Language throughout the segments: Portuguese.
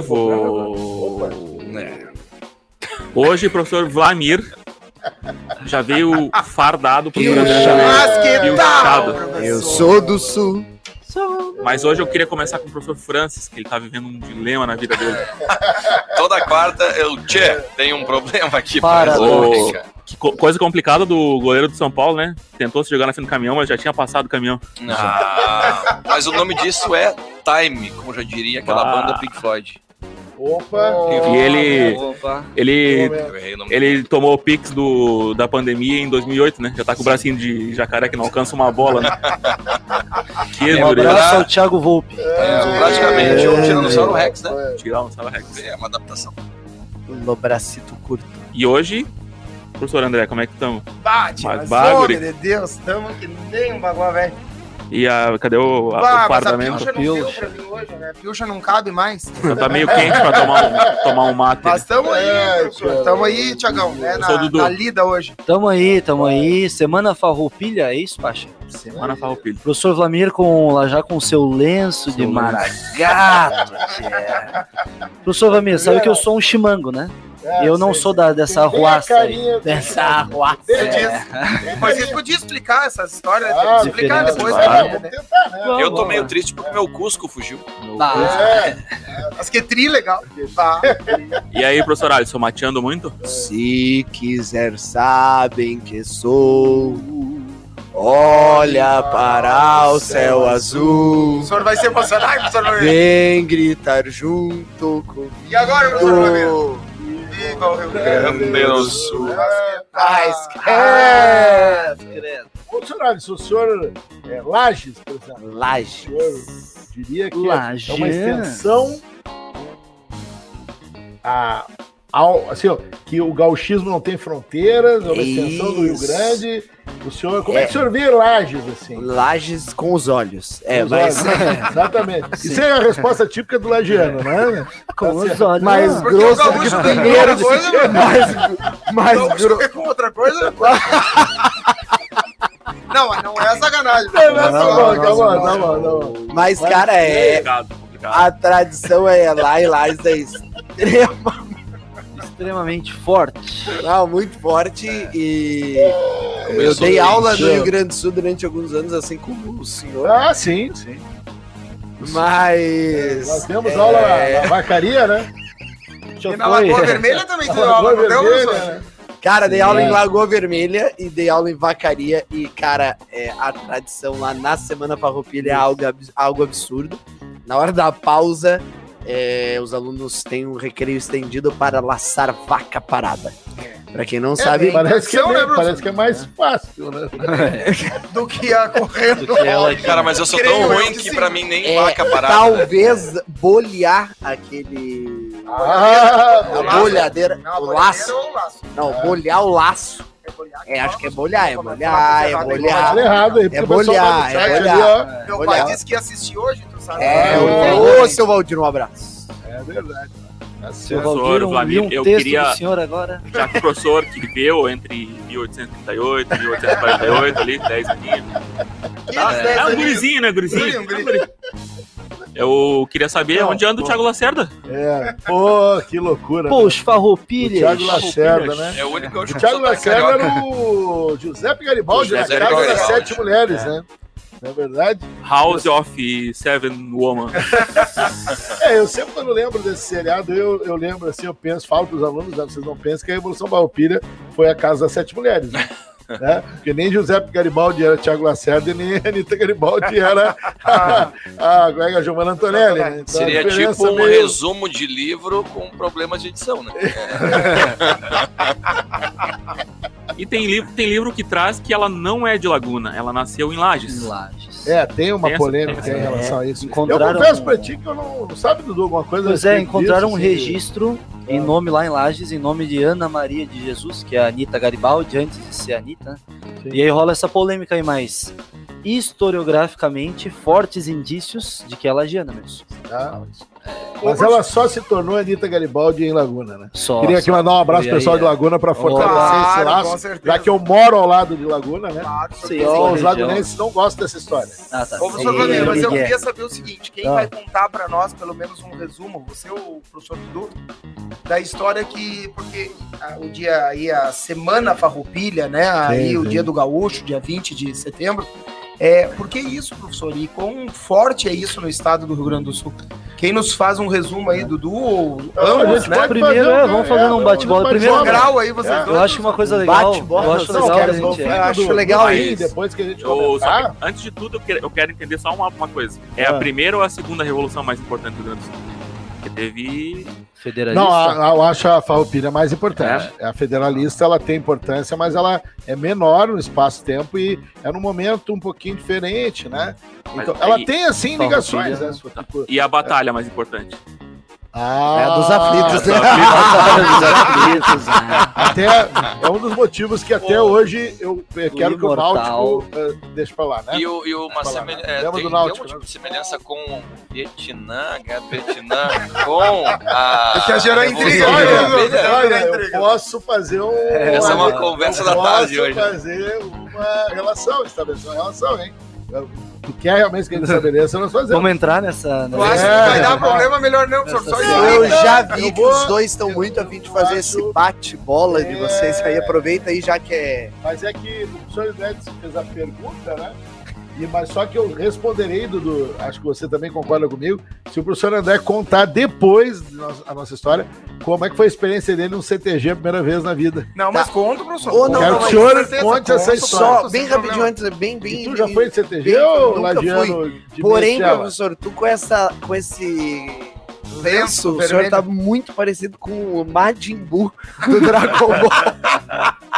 vivo. né? Hoje, o professor Vladimir já veio fardado pro programa. Mas E que o tal, Chado. professor? Eu sou do sul. Mas hoje eu queria começar com o professor Francis, que ele tá vivendo um dilema na vida dele. Toda quarta eu. Tchê, tem um problema aqui Para, pra resolver, cara. Que co- coisa complicada do goleiro do São Paulo, né? Tentou se jogar na frente do caminhão, mas já tinha passado o caminhão. Ah, mas o nome disso é Time, como já diria aquela Ah. banda Pink Floyd. Opa! E ele- Opa. Ele, Eu errei o nome ele tomou o pix do, da pandemia em 2008, né? Já tá com o bracinho de jacaré que não alcança uma bola, né? Que É, Um dureza. abraço ao Thiago Volpe. É, praticamente um Tiranossauro Rex, né? Tirar um Sala Rex. É uma adaptação. No bracito curto. E hoje, professor André, como é que estamos? Bate, Mas mas, bagulho. homem de Deus, tamo que nem um bagulho, velho. E a, cadê o, a, Bah, o Ah, mas a fardamento? pilcha não deu Pilcha. pra mim hoje, né? A pilcha não cabe mais. Tá meio quente pra tomar um, tomar um mate. Mas tamo aí, É, professor. cara. Tamo aí, Tiagão. É Eu sou o na, Dudu. na lida hoje. Tamo aí, tamo aí. Semana farroupilha, é isso, Pacha? Lá na farroupilha. Professor Vlamir com, lá já com seu lenço de lenço. maragato. tchê. Professor Vlamir, sabe que eu sou um chimango, né? eu não sou da, dessa É, Tem bem arruaça a aí. carinha do- Dessa arruaça. Bem É. Mas ele podia explicar essas histórias. Ah, explicar diferente, depois. claro. né? Vamos tentar, né? Eu tô Vamos, meio vamos. triste porque meu Cusco fugiu. Ah, É, Mas que tri legal. Tá. E aí, professor Alisson, mateando muito? Se quiser, sabem que sou. Olha para o céu O azul. senhor vai se emocionar, professor Lourenço. Vem gritar junto E agora, professor Lourenço? comigo. Viva o Rio Grande. Grande do Sul. Ah, Mas que É. credo. Funcionário, se o senhor é, Lages, por exemplo, o Laje. senhor diria que é uma Laje. extensão a, ao, assim, ó, que o gauchismo não tem fronteiras, é uma extensão do Rio Isso. Grande. O senhor, como é, É. que o senhor vê Lages, assim? Lages com os olhos. É, Os mas. olhos, Exatamente. Isso é a resposta típica do lagiano, né? Com Tá os certo. olhos. Mais Porque o grosso gaúcho que tem primeiro outra coisa, de- mais, mais Vamos grosso. chover com outra coisa? né, Não, mas não é sacanagem. Tá bom, tá bom, tá bom, tá bom. Mas, cara, é, Complicado, complicado. a tradição é lá e Lages é extrema, Extremamente forte. não, muito forte e eu Começou dei doente. aula no Rio Grande do Sul durante alguns anos, assim como o senhor, Ah, sim, sim. mas... Nós temos é, aula na- na vacaria, né? E na Lagoa Vermelha também tem aula, não deu, professor? Vermelha, né? Cara, dei aula em Lagoa Vermelha e dei aula em Vacaria. E, cara, é, a tradição lá na Semana Farroupilha é algo, abs- algo absurdo. Na hora da pausa, é, os alunos têm um recreio estendido para laçar vaca parada. Pra quem não sabe, Parece que, é Então, né, bem- professor? parece que é mais fácil, né? Do que a correndo. Cara, mas eu sou Creio tão eu ruim que que sim. pra mim nem É, vaca parada. talvez bolear aquele. Ah, A bolhadeira. Não, a o boleira laço. é um laço. Não, bolhar o laço. É bolhar que É, acho fala, que é bolhar, é Como é que bolhar, é fala? bolhar. falaram tá errado aí, porque o pessoal bolhar, tá no é chat bolhar. ali, ó. Meu Olha. pai disse que ia assistir hoje, tu sabe? É, ô, ô, seu Valdir, um abraço. É verdade. Tá certo. Seu Professor Valdir, um, li Vlamir, um eu texto queria- do senhor agora. Já que o professor que viveu entre 1838 e 1848, ali, 10 aninhos. Que Tá? É, beleza, um hein? gurizinho, né, Guri, gurizinho? um guri. Eu queria saber onde anda o Thiago Lacerda. É. Pô, que loucura. Pô, né? os O Thiago farroupilhas. Lacerda, né? É o único que eu O chuto Thiago sotaque Lacerda carioca. era o Giuseppe Garibaldi, José né? Thiago Garibaldi. das Sete Mulheres, né? Não é verdade? House of Seven Woman. É, eu sempre quando lembro desse seriado, eu, eu lembro assim, eu penso, falo pros alunos, né, vocês não pensam que a Revolução Balpira foi a casa das sete mulheres, né? Né? Porque nem Giuseppe Garibaldi era Tiago Lacerda e nem Anitta Garibaldi era a, a, como é que é, a Giovanna Antonelli. Né? Então, a Seria diferença tipo um meio- resumo de livro com problemas de edição, né? E tem livro, tem livro que traz que ela não é de Laguna, ela nasceu em Lages. Em Lages. É, tem uma Tem essa- polêmica tem em essa- relação a isso. Eu É, Encontraram- um- confesso pra ti que eu não, sabe, Dudu, alguma coisa. a Pois é, respeito encontraram um disso, assim, se- registro em nome lá em Lages, em nome de Ana Maria de Jesus, que é a Anitta Garibaldi, antes de ser a Anitta. né? Sim. E aí rola essa polêmica aí, mas historiograficamente fortes indícios de que é lagiana mesmo. Tá? Mas ela só se tornou Anitta Garibaldi em Laguna, né? Só. Queria aqui só. mandar um abraço E pro aí, pessoal de é. Laguna pra fortalecer Claro, esse com laço, certeza. já que eu moro ao lado de Laguna, né? Sim, Então, os região. lagunenses não gostam dessa história. Ah, tá. Ô, professor Sim, Vanir, mas Miguel. eu queria saber o seguinte: quem Ah. vai contar para nós, pelo menos um resumo, você ou o professor Dudu, da história que. Porque ah, o dia aí, a Semana Farroupilha, né? Aí Sim, o sim. dia do gaúcho, dia 20 de setembro. É, por que isso, professor? E quão forte é isso no estado do Rio Grande do Sul? Quem nos faz um resumo aí, Dudu? Ou a ambos, gente né? pode Primeiro, fazer um- é, vamos fazendo um bate-bola. Primeiro- Um grau aí, vocês É. dois. Eu acho que uma um coisa legal. Bate-bola, eu acho não, legal, cara, a não gente. fica- é, eu acho legal aí, isso. depois que a gente Eu, só comentar, que, antes de tudo, eu quero, eu quero entender só uma, uma coisa. É Ah. a primeira ou a segunda revolução mais importante do Rio Grande do Sul? Porque teve. Federalista. Não, a- a- eu acho a farroupilha mais importante. É? É, A federalista ela tem importância, mas ela é menor no espaço-tempo e é num momento um pouquinho diferente, né? Mas Então, ela aí- tem assim Farroupilha, ligações, né? né? se for tipo- E a batalha mais importante. Ah, É, dos aflitos, né? Os aflitos, né? Até é um dos motivos que até hoje eu eh, Do quero que o imortal. Náutico eh, deixe pra lá, É. né? E, o- e uma Falar, semelhança. né? É, Lembra tem, do tem Náutico, um tipo né? de semelhança com o Vietnã, guerra do Vietnã, com a. Quer gerar Revolução intriga, Vermelha. né? Olha, olha, Olha, eu posso fazer um. Essa é uma eu conversa da posso tarde hoje. fazer uma relação, estabelecer uma relação, hein? O que é realmente que a gente estabeleça, nós fazemos. Vamos entrar nessa. Eu acho que É. vai dar problema melhor não, professor. Só isso aí. Eu já vi Eu que vou- os dois estão muito afim de fazer esse bate-bola de vocês aí. Aproveita aí, já que é. Mas é que o professor Edson fez a pergunta, né? E, mas só que eu responderei, Dudu, acho que você também concorda comigo, se o professor André contar depois de nós- a nossa história, como é que foi a experiência dele no CTG a primeira vez na vida. Não, mas conta, professor. Ô, Conta, não, não, com mas senhor certeza, conte essa conta, história. conta, Só, sem bem problema. rapidinho antes, bem, bem. E tu já foi de CTG bem, ou nunca Lagiano? de Porém, Mestiela? professor, tu com essa. com esse. Lenço, o senhor vermelho. tá muito parecido com o Majin Buu do Dragon Ball.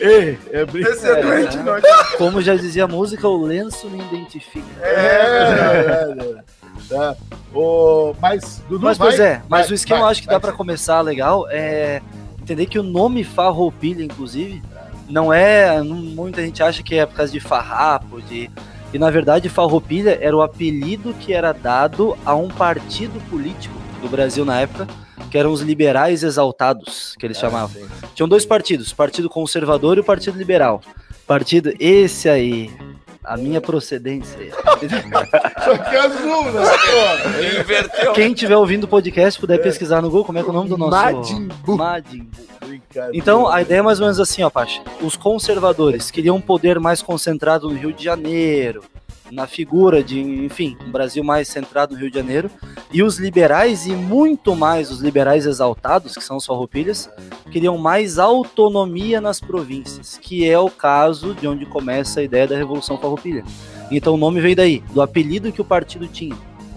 Ei, é brincadeira. Esse é doente, não. Como já dizia a música, o lenço me identifica. É, é, é. Ô, mas, Dudu, Mas, pois vai- é, mas vai, o esquema eu vai, acho que dá vai. pra começar legal é entender que o nome Farroupilha, inclusive, não é. não- Muita gente acha que é por causa de farrapo, de. E na verdade, Farroupilha era o apelido que era dado a um partido político do Brasil na época, que eram os liberais exaltados, que eles chamavam. Tinham dois partidos, o Partido Conservador e o Partido Liberal. Partido, esse aí, a minha procedência. Só que é azul, né? pô? Ele Inverteu. Quem tiver ouvindo o podcast puder pesquisar no Google como é que é o nome do nosso. Majin Buu. Majin Buu. Brincadeira. Então, a ideia é mais ou menos assim, ó, Pacha. Os conservadores queriam um poder mais concentrado no Rio de Janeiro, na figura de, enfim, um Brasil mais centrado no Rio de Janeiro. E os liberais, e muito mais os liberais exaltados, que são os farroupilhas, queriam mais autonomia nas províncias, que é o caso de onde começa a ideia da Revolução Farroupilha. Então o nome veio daí, do apelido que o partido tinha.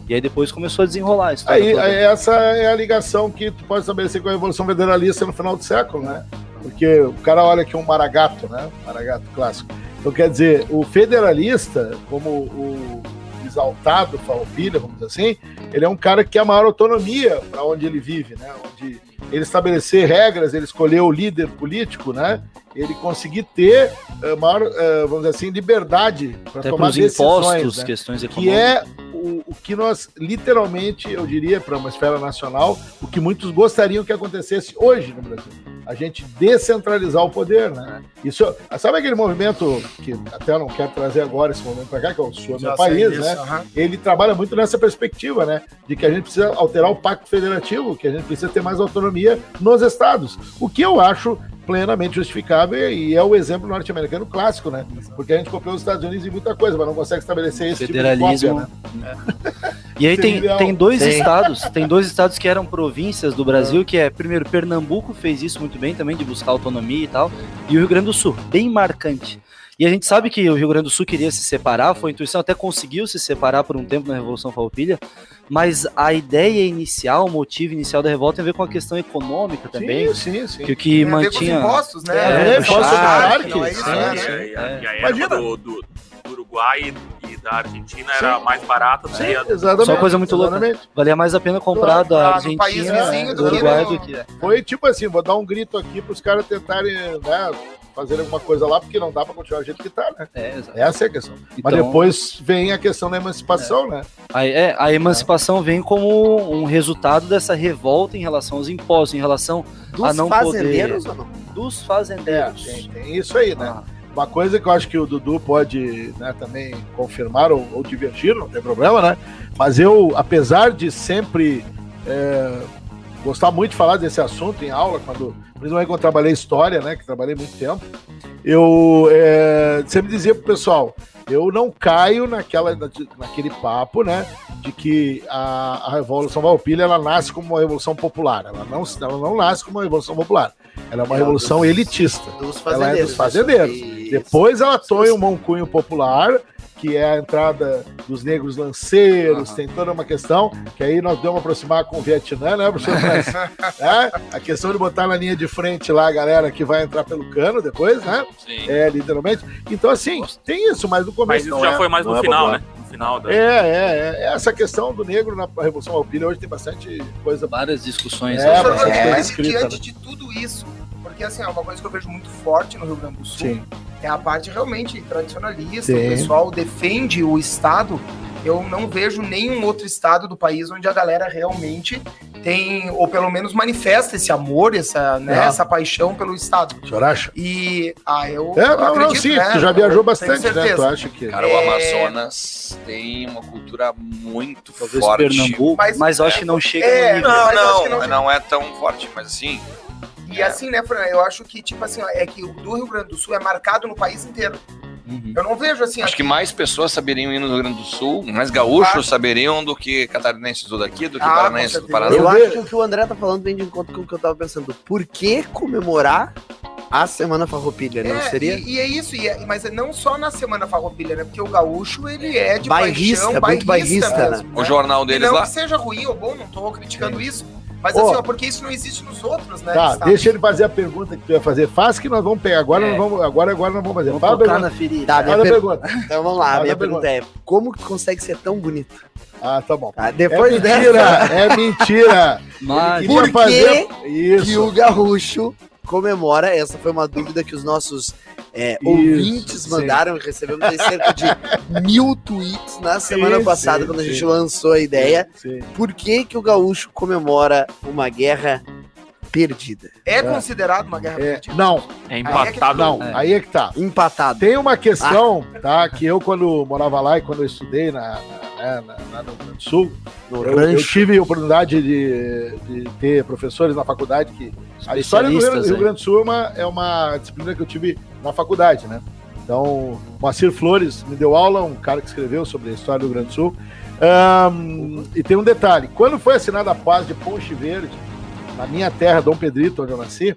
E aí depois começou a desenrolar a história. Aí, toda. aí essa é a ligação que tu pode estabelecer com a Revolução Federalista no final do século, né? Porque o cara olha aqui um maragato, né? Maragato clássico. Então, quer dizer, o federalista, como o exaltado Farroupilha, vamos dizer assim, ele é um cara que quer maior autonomia para onde ele vive, né? Onde ele estabelecer regras, ele escolher o líder político, né? Ele conseguir ter eh, maior, eh, vamos dizer assim, liberdade para Até tomar pros decisões. impostos, né? questões que econômicas. é o, o que nós, literalmente, eu diria, para uma esfera nacional, o que muitos gostariam que acontecesse hoje no Brasil. A gente descentralizar o poder, né? Isso, sabe aquele movimento que até eu não quero trazer agora esse momento para cá, que é o Sul Já Meu sei País, disso, né? aham. ele trabalha muito nessa perspectiva, né? De que a gente precisa alterar o pacto federativo, que a gente precisa ter mais autonomia nos estados. O que eu acho plenamente justificável e é o exemplo norte-americano clássico, né? Porque a gente copiou os Estados Unidos em muita coisa, mas não consegue estabelecer esse tipo de cópia, federalismo. É. né? E aí tem, Seria um- tem dois Sim. estados, tem dois estados que eram províncias do Brasil, que é primeiro Pernambuco fez isso muito bem também de buscar autonomia e tal, e o Rio Grande do Sul, bem marcante. E a gente sabe que o Rio Grande do Sul queria se separar, foi a intuição, até conseguiu se separar por um tempo na Revolução Farroupilha, mas a ideia inicial, o motivo inicial da revolta tem a ver com a questão econômica também, Sim, sim, sim. que o que Tem a ver com os mantinha... impostos, né? É, É, impostos, puxar, claro que não é sim, E isso, a, né? e a- e a era Imagina. do, do- do Uruguai e, e da Argentina era mais barata do que a Exatamente. Só coisa muito louca. exatamente. Valia mais a pena comprar Do- da do Argentina, país vizinho do do que Uruguai do- do que... Foi tipo assim, vou dar um grito aqui pros caras tentarem, né, fazer alguma coisa lá, porque não dá pra continuar do jeito que tá, né? É, exato. Essa é a questão. Mas Então- depois vem a questão da emancipação, né? A, é, a emancipação vem como um resultado dessa revolta em relação aos impostos, em relação Dos Ah, não fazendeiros ou não? dos É, fazendeiros. tem, tem isso aí, né? Ah, Uma coisa que eu acho que o Dudu pode né, também confirmar ou, ou divergir, não tem problema, né? Mas eu, apesar de sempre é, gostar muito de falar desse assunto em aula, quando, principalmente quando eu trabalhei história, né? Que trabalhei muito tempo, eu é, sempre dizia pro pessoal, eu não caio naquela, na- naquele papo, né? De que a, a Revolução Valpilha ela nasce como uma revolução popular. Ela não, ela não nasce como uma revolução popular. Ela é uma Ela- revolução elitista. Dos Ela é dos fazendeiros. fazendeiros. Isso. Depois ela toma um cunho popular, que é a entrada dos negros lanceiros, Aham. tem toda uma questão, que aí nós damos aproximar com o Vietnã, né, professor? Mas, né? A questão de botar na linha de frente lá a galera que vai entrar pelo cano depois, né? Sim. É, literalmente. Então, assim, tem isso, mas no começo. Mas isso não já é- foi mais não no é final, popular. né? No final da. É, é, é. Essa questão do negro na Revolução Alpina hoje tem bastante coisa. várias discussões. É, né? mas- Professor, é, mas escrita, diante de tudo isso, porque assim, é uma coisa que eu vejo muito forte no Rio Grande do Sul, é a parte realmente tradicionalista, Sim. o pessoal defende o Estado. Eu não vejo nenhum outro estado do país onde a galera realmente tem, ou pelo menos manifesta esse amor, essa, né, Ah. essa paixão pelo Estado. O senhor acha? E ah, eu É, não, não, acredito, sim, né? tu já Eu viajou tenho bastante, né? Tu certeza. acha que. Cara, o É. Amazonas tem uma cultura muito Talvez forte. Pernambuco, mas, Mas- eu acho que não chega É, no nível. Não, Mas eu acho que não, não- não é tão forte, mas assim, E assim, né, Fran, eu acho que, tipo assim, ó, é que o do Rio Grande do Sul é marcado no país inteiro. Uhum. Eu não vejo assim, acho que mais pessoas saberiam ir no Rio Grande do Sul, mais gaúchos Ah. saberiam do que catarinenses do daqui, do que Ah, com paranaenses do certeza. Paraná. Eu Vamos ver. acho que o que o André tá falando vem de encontro com o que eu tava pensando. Por que comemorar a Semana Farroupilha? Não É, seria? E, e é isso, e é- mas não só na Semana Farroupilha, né? Porque o gaúcho, ele é de Bairrista, paixão, muito bairrista, né? O jornal E deles não lá. que seja ruim ou bom, não tô criticando isso. Mas Ô. assim, ó, porque isso não existe nos outros, né? Tá, estados. deixa ele fazer a pergunta que tu ia fazer. Faz que nós vamos pegar. Agora É. nós vamos. Agora, agora nós vamos fazer. Vamos Fala a tocar pergunta. na ferida. Tá, Fala a minha per- pergunta. Então vamos lá, a Olha minha a pergunta. pergunta é: como que consegue ser tão bonito? Ah, tá bom. Tá, É depois mentira, dessa, é mentira. Mas, Queria Por que que Isso. o Gaúcho comemora. Essa foi uma dúvida que os nossos é, Isso, ouvintes sim. mandaram. Recebemos aí cerca de mil tweets na semana Sim, passada, sim, quando a gente sim. lançou a ideia. Sim. Por que, que o Gaúcho comemora uma guerra perdida? É considerado uma guerra É, perdida. não, É empatado. não. É. Aí é que tá. Empatada. Tem uma questão, tá? Que eu, quando morava lá e quando eu estudei na, na, né, na, na- no Rio Grande do Sul, No eu, eu tive a oportunidade de, de ter professores na faculdade que A história do Rio, especialistas, Rio né? Grande do Sul é uma, é uma disciplina que eu tive na faculdade, né? Então, Moacir Flores me deu aula, um cara que escreveu sobre a história do Rio Grande do Sul. Ahn, e tem um detalhe: quando foi assinada a paz de Ponte Verde, na minha terra, Dom Pedrito, onde eu nasci,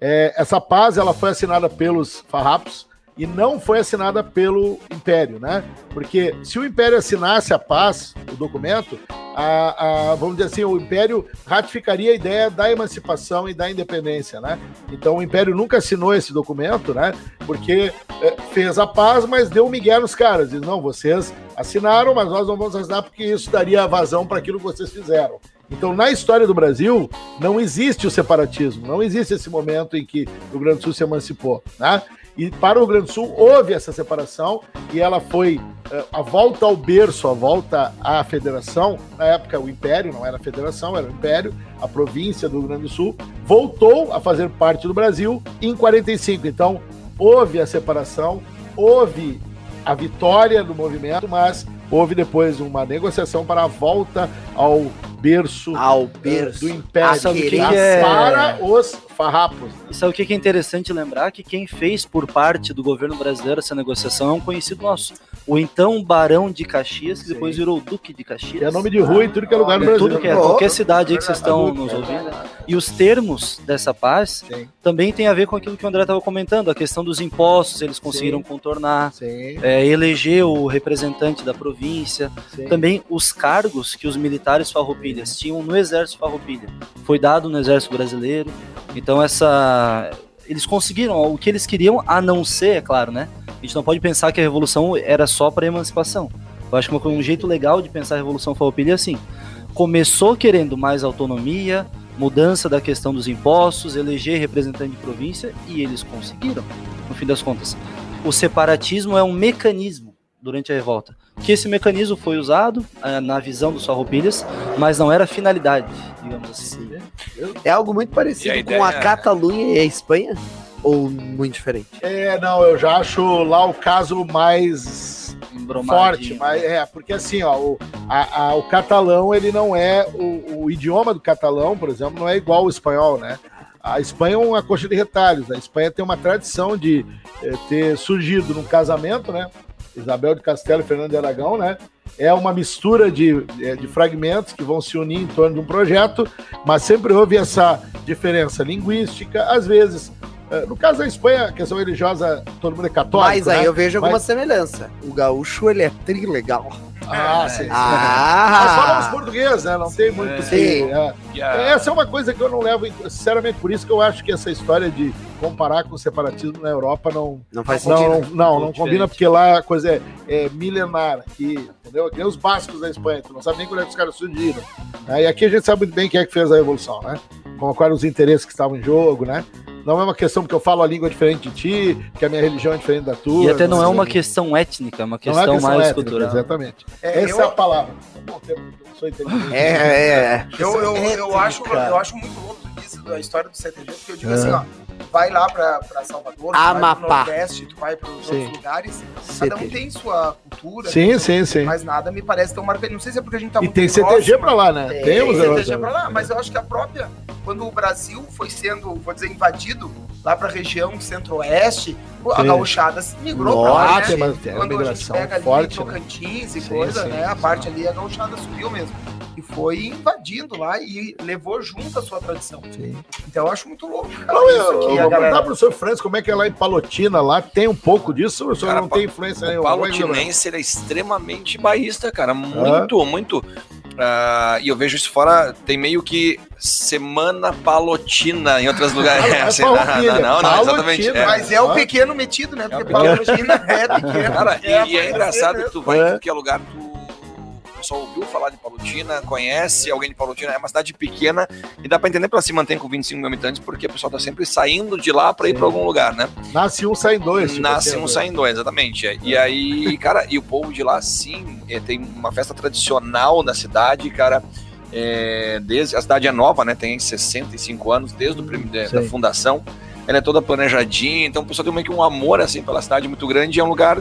é, essa paz ela foi assinada pelos farrapos e não foi assinada pelo Império, né? Porque se o Império assinasse a paz, o documento, a- a- vamos dizer assim, o Império ratificaria a ideia da emancipação e da independência, né? Então o Império nunca assinou esse documento, né? Porque eh, fez a paz, mas deu um migué nos caras. Diz, não, vocês assinaram, mas nós não vamos assinar porque isso daria vazão para aquilo que vocês fizeram. Então, na história do Brasil, não existe o separatismo, não existe esse momento em que o Rio Grande do Sul se emancipou, né? E para o Rio Grande do Sul houve essa separação e ela foi eh, a volta ao berço, a volta à federação, na época o Império, não era a federação, era o Império, a província do Rio Grande do Sul, voltou a fazer parte do Brasil em 45. Então, houve a separação, houve a vitória do movimento, mas houve depois uma negociação para a volta ao berço Ao eh, do Ah, berço. Império. Ah, sabe o que tá? que é? Para os farrapos. E sabe o que que é interessante lembrar? Que quem fez por parte do governo brasileiro essa negociação é um conhecido nosso. O então Barão de Caxias, que Sim. depois virou Duque de Caxias. Que é nome de rua em tudo que é lugar no Em Brasil. é tudo que é, qualquer cidade aí que vocês estão nos ouvindo. E os termos dessa paz Sim. também tem a ver com aquilo que o André estava comentando, a questão dos impostos, eles conseguiram contornar, Sim, é, eleger o representante da província, sim. também os cargos que os militares farroupilhas tinham no exército farroupilha, foi dado no exército brasileiro, então essa eles conseguiram o que eles queriam, a não ser, é claro, né? A gente não pode pensar que a revolução era só para emancipação. Eu acho que um jeito legal de pensar a revolução farroupilha é assim: começou querendo mais autonomia, mudança da questão dos impostos, eleger representante de província e eles conseguiram, no fim das contas. O separatismo é um mecanismo durante a revolta, que esse mecanismo foi usado ah, na visão dos farroupilhas, mas não era finalidade, digamos assim. É algo muito parecido E a com a ideia- é Catalunha e a Espanha? Ou muito diferente? É, não, eu já acho lá o caso mais forte, Bromadinho. mas é, porque assim, ó, o, a- a- o catalão, ele não é, o, o idioma do catalão, por exemplo, não é igual ao espanhol, né? A Espanha é uma coxa de retalhos, né? a Espanha tem uma tradição de eh, ter surgido num casamento, né? Isabel de Castelo e Fernando de Aragão, né? É uma mistura de, eh, de fragmentos que vão se unir em torno de um projeto, mas sempre houve essa diferença linguística, às vezes. eh, No caso da Espanha, a questão religiosa, todo mundo é católico. mas aí né? eu vejo alguma Mas- semelhança. O gaúcho, ele é trilegal. Ah, sim. sim. Nós falamos Ah! português, né? Não tem muito. Sim. que- é. E a- Essa é uma coisa que eu não levo, em- sinceramente, por isso que eu acho que essa história de comparar com o separatismo na Europa não. Não faz sentido. Não, não, não, não Diferente. combina, porque lá a coisa é, é milenar, aqui, entendeu? Aqui é os bascos da Espanha, tu não sabe nem quando é que os caras surgiram. né? E aqui a gente sabe muito bem quem é que fez a Revolução, né? Como quais eram os interesses que estavam em jogo, né? Não é uma questão porque eu falo a língua diferente de ti, que a minha religião é diferente da tua. E até não é uma sei. questão étnica, é uma Não é questão, mais étnica, cultural. Exatamente. É, Essa é a palavra. Tá bom, eu sou inteligente. É, é, é. Eu, eu, eu, Étnica. acho, eu acho muito louco isso da história do CTG, porque eu digo assim, ó, vai lá pra, pra Salvador, tu vai pro Amapá. Nordeste, tu vai para Sim. outros lugares, cada um CTG. tem sua cultura, tem Sim, seu- sim, sim. mas nada me parece tão marcante. Não sei se é porque a gente tá E muito tem CTG próximo. É, pra lá, né? Tem, Tem, né? os CTG pra lá, mas eu acho que a própria, quando o Brasil foi sendo, vou dizer, invadido lá pra região centro-oeste, a Sim. gauchada se migrou pra lá, Ah, né? tem, mas tem uma Quando a gente migração pega ali forte. né? Tocantins e Sim, coisa, sim, né? A sim. parte ali, a gauchada subiu mesmo. E foi invadindo lá e levou junto a sua tradição. Então eu acho muito louco. cara, Não, isso eu, aqui, é eu a vou galera- perguntar pro senhor Francis como é que é lá em Palotina, lá tem um pouco disso, o senhor Cara, não pa- tem influência O nenhuma. palotinense ele é extremamente baísta, cara. Muito, muito. Ah, e eu vejo isso fora, tem meio que semana palotina em outros lugares. Ah, é Assim, não, farroupilha, não, não, não, exatamente. palotina. é. Mas é o pequeno metido, né? Porque É o Paulo pequeno. Regina é pequeno. Cara, e- É, e, é aparecer, engraçado né? que tu vai É. em qualquer lugar, tu o pessoal ouviu falar de Palotina, conhece alguém de Palotina, é uma cidade pequena e dá pra entender que ela se mantém com 25 mil habitantes porque o pessoal tá sempre saindo de lá pra ir pra algum lugar, né? Nasce um, sai dois. tipo Nasce assim, um, né? saem dois, exatamente. é. E aí, cara, e o povo de lá, sim, é, tem uma festa tradicional na cidade, cara. é, desde, a cidade é nova, né? Tem 65 anos, desde o prim- da- da Sim. fundação. Ela é toda planejadinha, então o pessoal tem meio que um amor, assim, pela cidade muito grande. e É um lugar...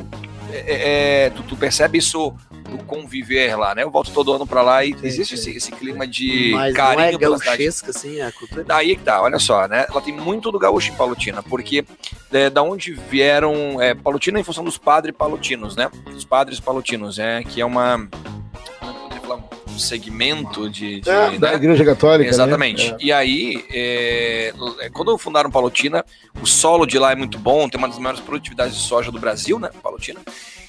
é, é, tu, tu percebe isso do conviver lá, né? Eu volto todo ano pra lá e existe sim. Esse, esse clima de Mas não carinho é pela cidade. gauchesca, assim, a cultura. Aí que tá, olha só, né? Ela tem muito do gaúcho em Palotina, porque é, da onde vieram. É, Palotina é em função dos padres palutinos, né? Os padres palutinos, é, que é uma. como é que eu poderia falar? Um segmento de. de- É, né? da Igreja Católica. Exatamente. Né? E aí, é, l- quando fundaram Palotina, o solo de lá é muito bom, tem uma das maiores produtividades de soja do Brasil, né? Palotina.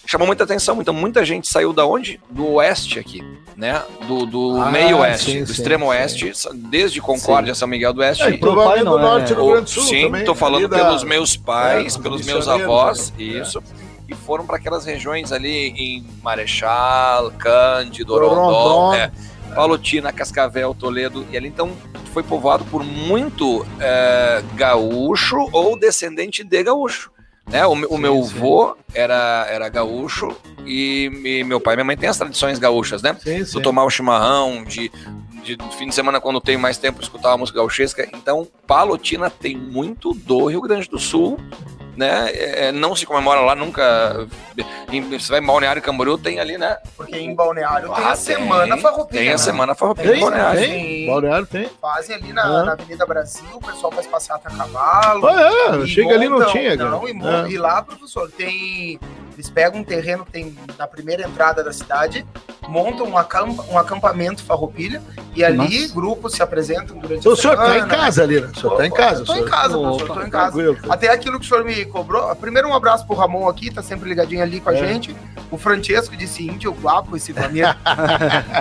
Chamou muita atenção, então muita gente saiu da onde? Do oeste aqui, né? Do, do Ah, meio oeste, sim, do sim, extremo sim. oeste, sa- desde Concórdia, São Miguel do Oeste. É, e provavelmente Teu pai não do é- norte do Rio Grande do Sul. Sim, também, tô ali falando da- pelos meus pais, É, dos pelos meus missioneiros, avós, né? isso. E foram para aquelas regiões ali em Marechal, Cândido, Rondon, Rondon, é, Palotina, Cascavel, Toledo. E ali então foi povoado por muito é, gaúcho ou descendente de gaúcho. Né? O, me- o Sim, meu sim. avô era, era gaúcho e, e meu pai e minha mãe têm as tradições gaúchas, né? Sim, sim. de tomar o chimarrão, de, de fim de semana, quando tem mais tempo, escutar uma música gauchesca. Então, Palotina tem muito do Rio Grande do Sul, né? É, não se comemora lá nunca. Em, você vai em Balneário Camboriú, tem ali, né? Porque em Balneário tem Ah, a Semana Farroupilha. Tem a né? Semana Farroupilha em Tem, Balneário. tem. Balneário tem. Fazem ali na, Aham. na Avenida Brasil, o pessoal faz passeata a cavalo. Ah, é, E chega ali não montam- tinha. Então, Não, cara. É. Ah. e, mon- e lá, professor, tem. Eles pegam um terreno que tem na primeira entrada da cidade, montam um, acamp- um acampamento farroupilha e ali Nossa. grupos se apresentam durante O senhor tá em casa ali, né? O senhor tá em casa. Eu tô em senhor. casa, professor, Opa, tô em casa. Tranquilo. Até aquilo que o senhor me cobrou. Primeiro, um abraço pro Ramon aqui, tá sempre ligadinho ali com a É. gente. O Francesco disse índio, guapo, esse flamengo.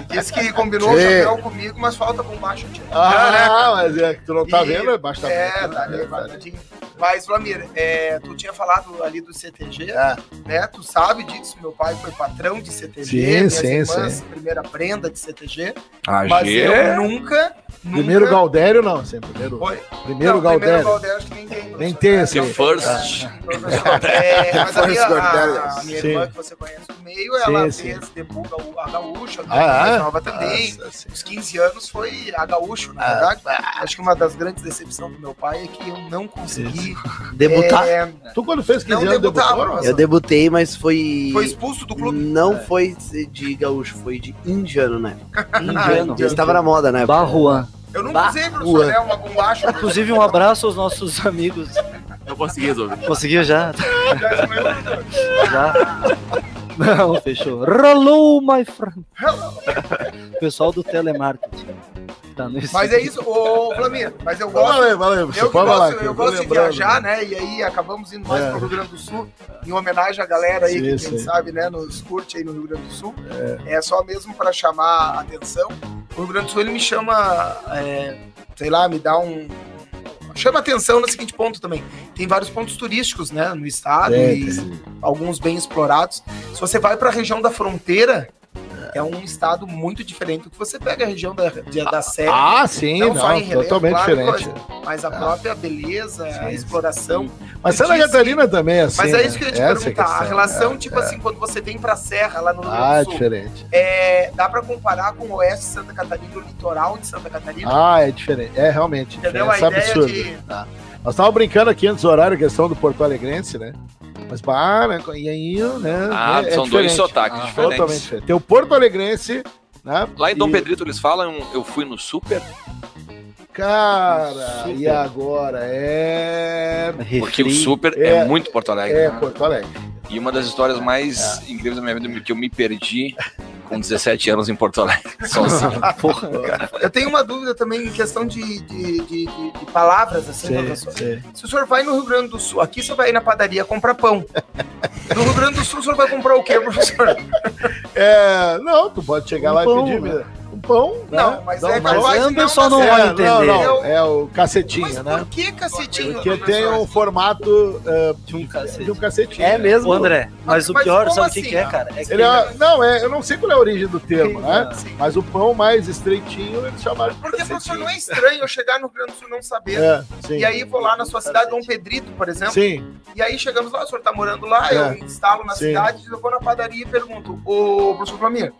disse que combinou o Tchê. chapéu comigo, mas falta com baixo. tchê. Ah, mas é que tu não tá vendo, é bastante. É, tá ali, guardadinho. Mas, Vlamir, é, tu tinha falado ali do CTG, É. né? Tu sabe disso, meu pai foi patrão de CTG, Sim, minhas sim, irmãs, primeira prenda de CTG, A Ah, mas G- eu nunca, nunca... Primeiro Galdério, não. Sim, primeiro Foi. primeiro Não, Galdério. Primeiro Galdério acho que nem tem. Nem professor. É, tem esse não aí. tem, First. tá? Professor, é, mas a minha, a- a minha Sim. irmã, que você conhece do meio, ela Sim, fez depois a gaúcha, né, Ah, mais é? nova também. Nossa, sim. Os 15 anos foi a gaúcho, na Ah, verdade. Acho que uma das grandes decepções do meu pai é que eu não consegui Debutar. é, Tu quando fez 15 Não anos debutava, debutou? mas- não? Eu debutei, mas foi. foi expulso do clube. Não foi de gaúcho, foi de indiano, né? Ah, Indiano. Já estava na moda, né? Barruan. Eu não Bah, usei, professor, né? Uma bombacha. Inclusive, um abraço aos nossos amigos. Não consegui resolver. Conseguiu já? já foi um- Já? Não, fechou. Rolou, my friend. O pessoal do telemarketing. Tá no Mas é isso, ô Flamir. Mas eu gosto. Valeu, valeu. Eu, Você que pode gosto, falar. eu que tô gosto de lembrando. viajar, né? E aí acabamos indo mais É. para pro Rio Grande do Sul, em homenagem à galera aí, Sim, que sim. quem sabe, né, nos curte aí no Rio Grande do Sul. É, só mesmo para chamar a atenção. O Rio Grande do Sul, ele me chama, é, sei lá, me dá um... Chama atenção no seguinte ponto também. Tem vários pontos turísticos, né, no estado É, e tem- alguns bem explorados. Se você vai para a região da fronteira, é um estado muito diferente do que você pega a região da, de- da Serra. Ah, sim, Não não, só em relevo, totalmente claro, diferente. mas a própria beleza, a Sim, exploração. Mas Santa Diz- Catarina também é assim. Mas é né? isso que eu ia te Essa é a perguntar. a questão, relação, né? tipo assim, quando você vem pra Serra, lá no Rio Ah, é Grande do Sul, diferente. é, dá pra comparar com o oeste de Santa Catarina, o litoral de Santa Catarina? Ah, é diferente. É realmente. entendeu? A diferente. ideia Essa é absurda. de. Nós estávamos brincando aqui antes do horário, a questão do Porto Alegrense, né? Mas, pá, né? E aí, né? Ah, é- é são dois diferente. sotaques Ah, diferentes. Totalmente diferente. Tem o Porto Alegrense, né? Lá em Dom E- Pedrito eles falam, eu fui no super, Cara, Super. e agora? É. porque o Refri. super é, É, muito Porto Alegre. É, né? Porto Alegre. E uma das histórias mais incríveis da minha vida que eu me perdi com 17 anos em Porto Alegre. Sozinho. Porra. Eu tenho uma dúvida também em questão de, de, de- de- de palavras, assim, Sim, professor. sim. Se o senhor vai no Rio Grande do Sul, aqui você vai ir na padaria comprar pão. No Rio Grande do Sul, o senhor vai comprar o quê, professor? É, não, tu pode chegar Um lá pão, e pedir né? um pão. Não, né? mas Dá é um- mas capaz aí o de não pessoal não dar É, vai certo. entender. não, não, Eu- é o Mas um cacetinho, né? por que cacetinho? Porque tem professor? um formato é, De um de cacete. um cacetinho. É mesmo? Ô, André, mas o Mas pior, como sabe o que assim? que é, cara? É que Ele é- não, é, eu não sei qual é a origem do termo, né? Sim. Mas o pão mais estreitinho eles chamaram de Porque, professor, cacetinho. não é estranho eu chegar no Rio Grande do Sul e não saber. É, sim. E aí né? vou lá na sua cidade, Dom Pedrito, por exemplo. Sim, E aí chegamos lá, o senhor tá morando lá, É. eu instalo na Sim. cidade, eu vou na padaria e pergunto, ô professor Flamir,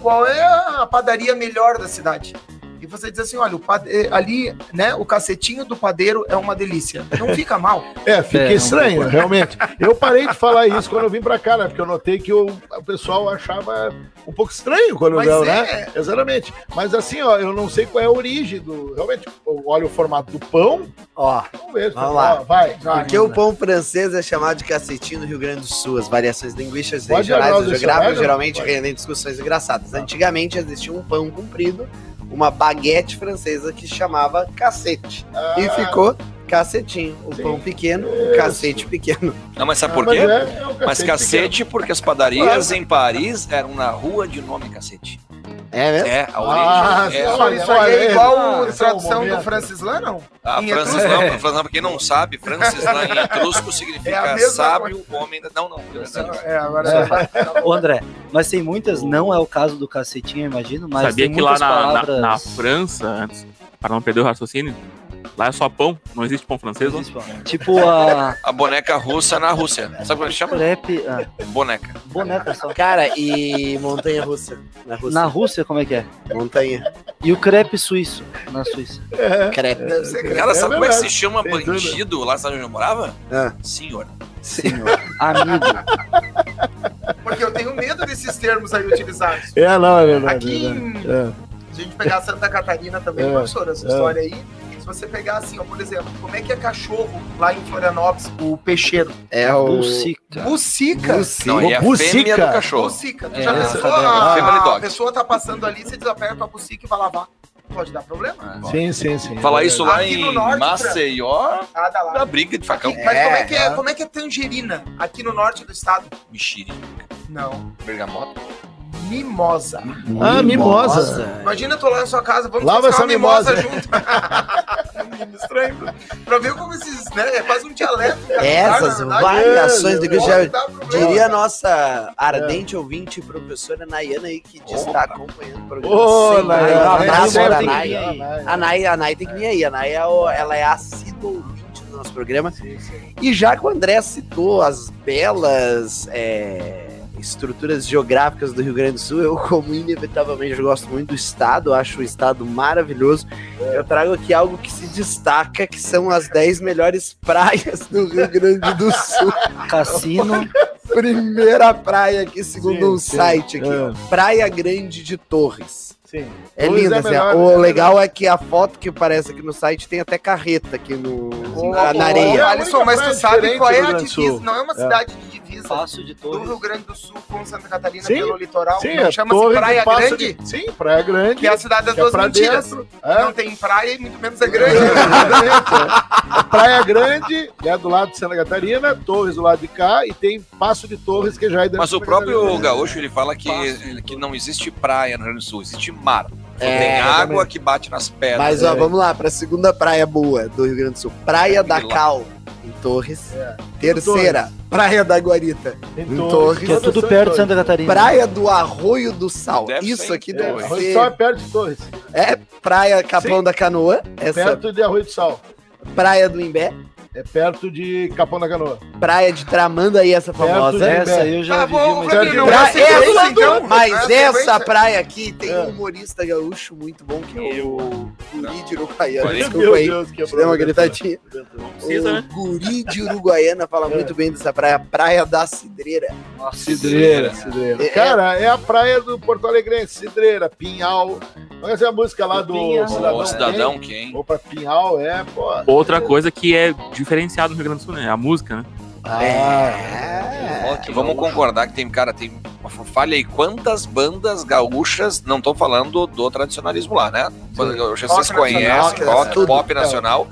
qual é a padaria melhor da cidade? E você diz assim, olha, o pade- eh, ali, né, o cacetinho do padeiro é uma delícia. Não fica mal. é, fica É, não estranho, realmente. Eu parei de falar isso quando eu vim pra cá, né? Porque eu notei que o, o pessoal achava um pouco estranho quando Mas eu, né? é, Exatamente. Mas assim, ó, eu não sei qual é a origem do. Realmente, eu olho o formato do pão, Ó, vamos ver. Vamos lá. Ó, Vai, vai. porque o pão francês é chamado de cacetinho no Rio Grande do Sul. As variações linguísticas Pode olhar o regionais e geográficas dicionário? geralmente Pode. rendem discussões engraçadas. Antigamente existia um pão comprido, uma baguete francesa que chamava cacete. E ficou cacetinho. O Ah. Sim. pão pequeno, o Isso. cacete pequeno. Não, mas sabe Ah, por mas quê? é- é um Mas cacete, porque as padarias em Paris eram na rua de nome cacete. É mesmo? É, a origem. Ah, é, olha, isso aí olha, é igual esse é a o tradução do momento. Francis Lã, não? a em Francis etrusco? Lã, Francis Lã, pra quem não sabe, Francis Lã em etrusco É a significa mesma sábio, homem. da- Não, não, É, agora você vai- Ô, André, mas tem muitas, não é o caso do cacetinho, eu imagino, mas Sabia tem que lá na, muitas na- palavras... na França, antes, para não perder o raciocínio, lá é só pão, não existe pão francês. lá. Tipo a A boneca russa na Rússia. Sabe como eles chamam? crepe... ah, Boneca. boneca só. Cara, e montanha russa. Na Rússia. Na Rússia, como é que é? Montanha. E o crepe suíço, na Suíça. É. Crepe. deve ser grande. Cara, sabe como é que se verdade. chama Tem dúvida. bandido lá na cidade onde eu morava? Ah. Senhor. Amigo. Porque eu tenho medo desses termos aí utilizados. É, não, é verdade. Aqui é verdade. em É. Se a gente pegar Santa Catarina também, É, professor, essa é. história aí. Se você pegar assim, ó, por exemplo, como é que é cachorro lá em Florianópolis, o peixeiro? É o. Bucica. Bucica. Não, e é a Bucica. fêmea do cachorro. Bucica. Tu É, já essa pensou? daí. Ah, Family a dog. pessoa tá passando ali, você desaperta a bucica e vai lavar. Pode dar problema. É. É. Sim, sim, sim. Falar isso lá Aqui no em norte, Maceió, Ah, dá da lá. briga de Aqui, facão. mas como é, É, que é, né? como é que é tangerina aqui no norte do estado? Mexeri, Não. bergamota. Mimosa. Ah, mimosa. É. Imagina eu tô lá na sua casa, vamos Lava buscar essa mimosa. junto. estranho. Pra, pra ver como esses, né? É quase um dialeto. Essas variações do né? que que já diria a nossa ardente É. ouvinte professora Nayana aí, que diz que tá acompanhando o programa. Ô, é, sempre. Nayana, Um abraço sempre pra tem que Nay. vir aí. A Nay, a Nay tem que vir aí. A Nay é, o- ela é assídua ouvinte do nosso programa. E já que o André citou as belas é, estruturas geográficas do Rio Grande do Sul, eu, como inevitavelmente, eu gosto muito do estado, acho o estado maravilhoso. É. Eu trago aqui algo que se destaca, que são as 10 melhores praias do Rio Grande do Sul. Cassino. Primeira praia aqui, segundo Sim, um sim. site aqui, Praia Grande de Torres. Sim. É é. Torres linda, é Zé. melhor, O é legal é que a foto que aparece aqui no site tem até carreta aqui no, na, na É areia. a Alisson, única mas praia tu sabe diferente né, qual é do Rio a Grande do Sul. divisa? Não é uma cidade de divisa. é Passo de do Rio Torres. Grande do Sul com Santa Catarina Sim. pelo litoral. Sim, Ah, não é chama-se Torres e Praia Passo Grande, de- Sim, Praia Grande. que é a cidade das que é duas pra mentiras. dentro. É. Não tem praia e muito menos é É, grande. exatamente, é. Praia Grande, que é do lado de Santa Catarina, Torres do lado de cá, e tem Passo de Torres, que já é dentro Mas de o Santa próprio Catarina. gaúcho, ele fala que, Fácil. que não existe praia no Rio Grande do Sul, existe mar. Só É, tem água exatamente. que bate nas pedras. Mas ó, É. vamos lá, pra segunda praia boa do Rio Grande do Sul. Praia da É, Vila. É. Cal, em Torres. Terceira, Praia da Guarita. Em em Torres, Torres, Que é todas tudo são em perto de Torres. Santa Catarina. Praia do Arroio do Sal. Deve Isso ser em aqui É, deve Torres. Arroio do ser. Sal é perto de Torres, É Praia Capão da Canoa, essa perto de Arroio do Sal, Praia do Imbé, é perto de Capão da Canoa. Praia de Tramanda aí, essa famosa. de- Essa aí eu já Tá vivi bom, uma pra mim história. não é Pra- a sequência, essa- então. mas Não é a essa sequência. praia aqui tem É. um humorista gaúcho muito bom que é o Guri de Olha, Uruguaiana. Meu Desculpa aí, Deus, é te dei quebrou. uma gritadinha. Precisa, né? O guri de Uruguaiana fala muito bem dessa praia, Praia da Cidreira. Cidreira. Cidreira. É- Cara, é a praia do Porto Alegrense, Cidreira, Pinhal. Conhece a música lá do Pinhal. Ô, Cidadão? cidadão, quem? quem? Vou pra Pinhal, é, pô. Outra coisa que é diferenciada no Rio Grande do Sul, né? A música, né? Ah, É. Que Vamos concordar que tem, cara, tem. Falha aí, quantas bandas gaúchas, não tô falando do tradicionalismo lá, né? Bandas gaúchas Rock vocês nacional, conhecem, nacional, rock, tudo. pop nacional.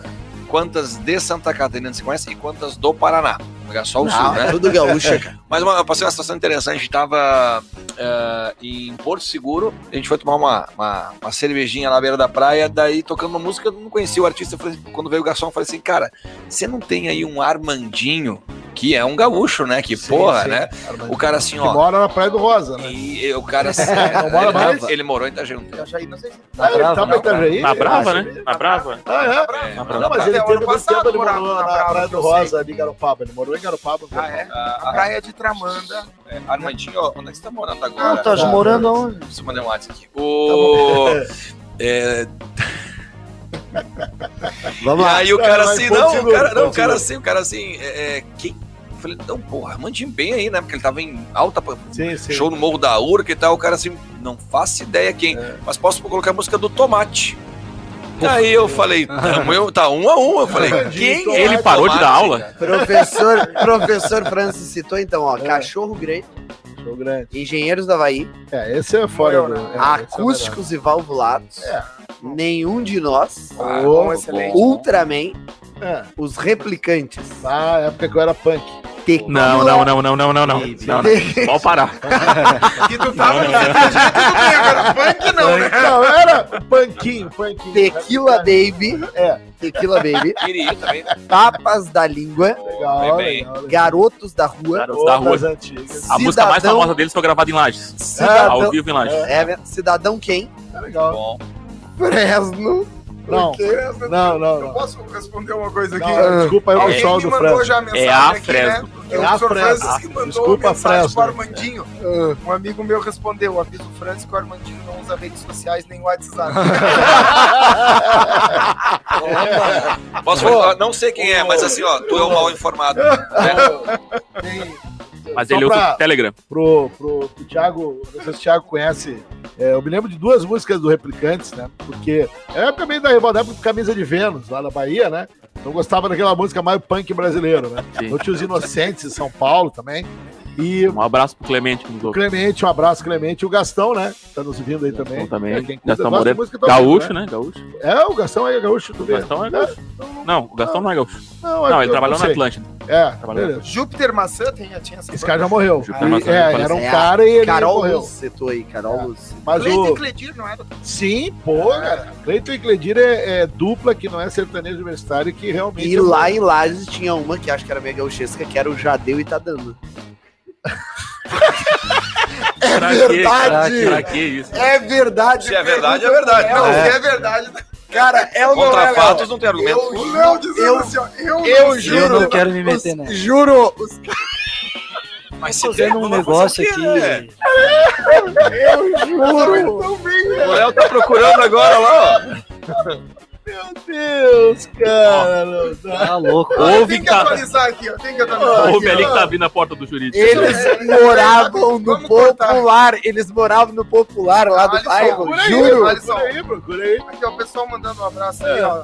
Quantas de Santa Catarina se conhecem e quantas do Paraná? Vou pegar só o sul, Não, né? é tudo gaúcho, cara. Mas uma, eu passei uma situação interessante. A gente tava eh, em Porto Seguro, a gente foi tomar uma, uma, uma cervejinha lá à beira da praia, daí tocando uma música, eu não conhecia o artista. eu falei- quando veio o garçom, eu falei assim, cara, você não tem aí um Armandinho, que é um gaúcho, né? Que Sim, porra, sim. né? Armandinho. O cara assim, Que ó. mora na Praia do Rosa, né? E o cara assim, Não mora ele, mais? ele morou em Itajaí. Eu já não sei se Ah, ele Brava, tá pra não, Itajaí? Na Brava, acho. né? Na Brava. Ah, é? É, Não, mas Não, dá mas pra- Até o ele teve ano muito passado tempo, ele morava morou na na Praia Brava, do eu sei. Rosa, ali em Garopaba. Ele morou em Garopaba. Ah, é? Ah, A praia de Tramanda. é, Armandinho, ó, onde é que você tá morando agora? Não, tá Cara, morando aonde? Preciso mandar um WhatsApp Tá aqui. O... É, Vamos E lá. aí o cara Vai, assim, vai, não, continua, o cara, não, o continua. cara assim, o cara assim, é, é, quem? Eu falei, não, porra, mandinho bem aí, né? Porque ele tava em alta pa- Sim, sim. show no Morro da Urca e tal, o cara assim, não faço ideia quem, mas posso colocar a música do Tomate. Aí eu falei, tamo eu, tá um a um. Eu falei, quem é Ele parou de dar Tomate, aula? cara? Professor, professor Francis citou então, ó, É. Cachorro Grande, Show grande. Engenheiros do Havaí, É, esse é fora Morou, do... né? é, esse Acústicos e Valvulados, É. Nenhum de Nós, Ah, Ô, bom, excelente. bom. Ultraman, é melhor. É. tá, Os Replicantes, Na época que eu era punk. Tequila, Não, não, não, não, não, não, não. Não, não. Pode parar. Que tu tava no jeito do não, né? Não, eu era punkinho, punkinho. Tequila Baby, É. Tequila Baby, Queria também. Papas da Língua, Legal, Bem, bem. legal, legal. Garotos da Rua, Garotos da Outras rua. antigas. A música mais Cidadão. famosa deles foi gravada em Lages. Ao Cidadão, vivo em Lages. é, Cidadão Quem, Tá legal. Bom, Fresno, Não, não, não, Eu não. posso responder uma coisa aqui? Não, desculpa aí o Alguém pessoal me do mandou França. já a mensagem É a aqui, Fresno. né? Porque É o a professor Fresno. Francis que mandou Desculpa a uma mensagem Fresno. Ah. pro Armandinho. Um amigo meu respondeu, aviso o Francis que o Armandinho não usa redes sociais nem WhatsApp. posso falar? Não sei quem é, mas assim, ó, tu é um mal informado. Tem- Mas só ele pra- usa o Telegram. pro, pro, pro Thiago, não sei se o Thiago conhece. é, eu me lembro de duas músicas do Replicantes, né? Porque é a época meio da revolta, época do Camisa de Vênus, lá na Bahia, né? Não gostava daquela música mais punk brasileiro, né? Sim. Eu tinha os Inocentes em São Paulo também. E Um abraço pro Clemente que nos o ouve. Clemente, um abraço, Clemente. O Gastão, né? Tá nos vindo aí Gastão também. É, quem também. cuida Gastão gosta de Moreira. música tá Gaúcho, ouvindo, né? Gaúcho. É, o Gastão é gaúcho, tu O vê. Gastão é gaúcho. Não, o Gastão não é gaúcho. Não, é Não, que ele eu trabalhou na sei. Atlântida. É, Trabalhou. beleza. Júpiter Maçã tem, já tinha essa Esse cara um já morreu. Júpiter Ele- Maçã, é, ele era um faleceu. cara e ele Carol morreu. Luz, setou aí, Carol Luz. Mas Cleiton o... Cledir, não é? era? Sim, pô, cara. Cleiton e Cledir é, é dupla que não é sertanejo universitário que realmente... é um E lá em Lages tinha uma que acho que era mega gauchesca, que era o Jadeu e tá dando. Pra quê? cara? Pra é que isso? É verdade, Se é verdade, é verdade. Não, Não, é, verdade. cara. É ou não Contra é, Léo? fatos não tem argumento. Eu, não, dizendo eu- assim, ó, eu, eu não- juro. Eu não quero me meter Os- nessa. Juro, os mas se é fazendo um vamos fazer negócio o quê, né? aqui. Juro! Então vem, O Léo tá procurando agora lá, ó. Meu Deus, cara! não dá. Tá louco. Ouve tem que que tá. atualizar aqui, ó. Tem que atualizar. Ouve ali ó. que tá abrindo a porta do jurídico. Eles moravam no Vamos cortar. popular, eles moravam no popular lá do Olha só, bairro, por aí, juro. olha só. Procura aí, procura aí. Aqui, ó, o pessoal mandando um abraço aí, ó.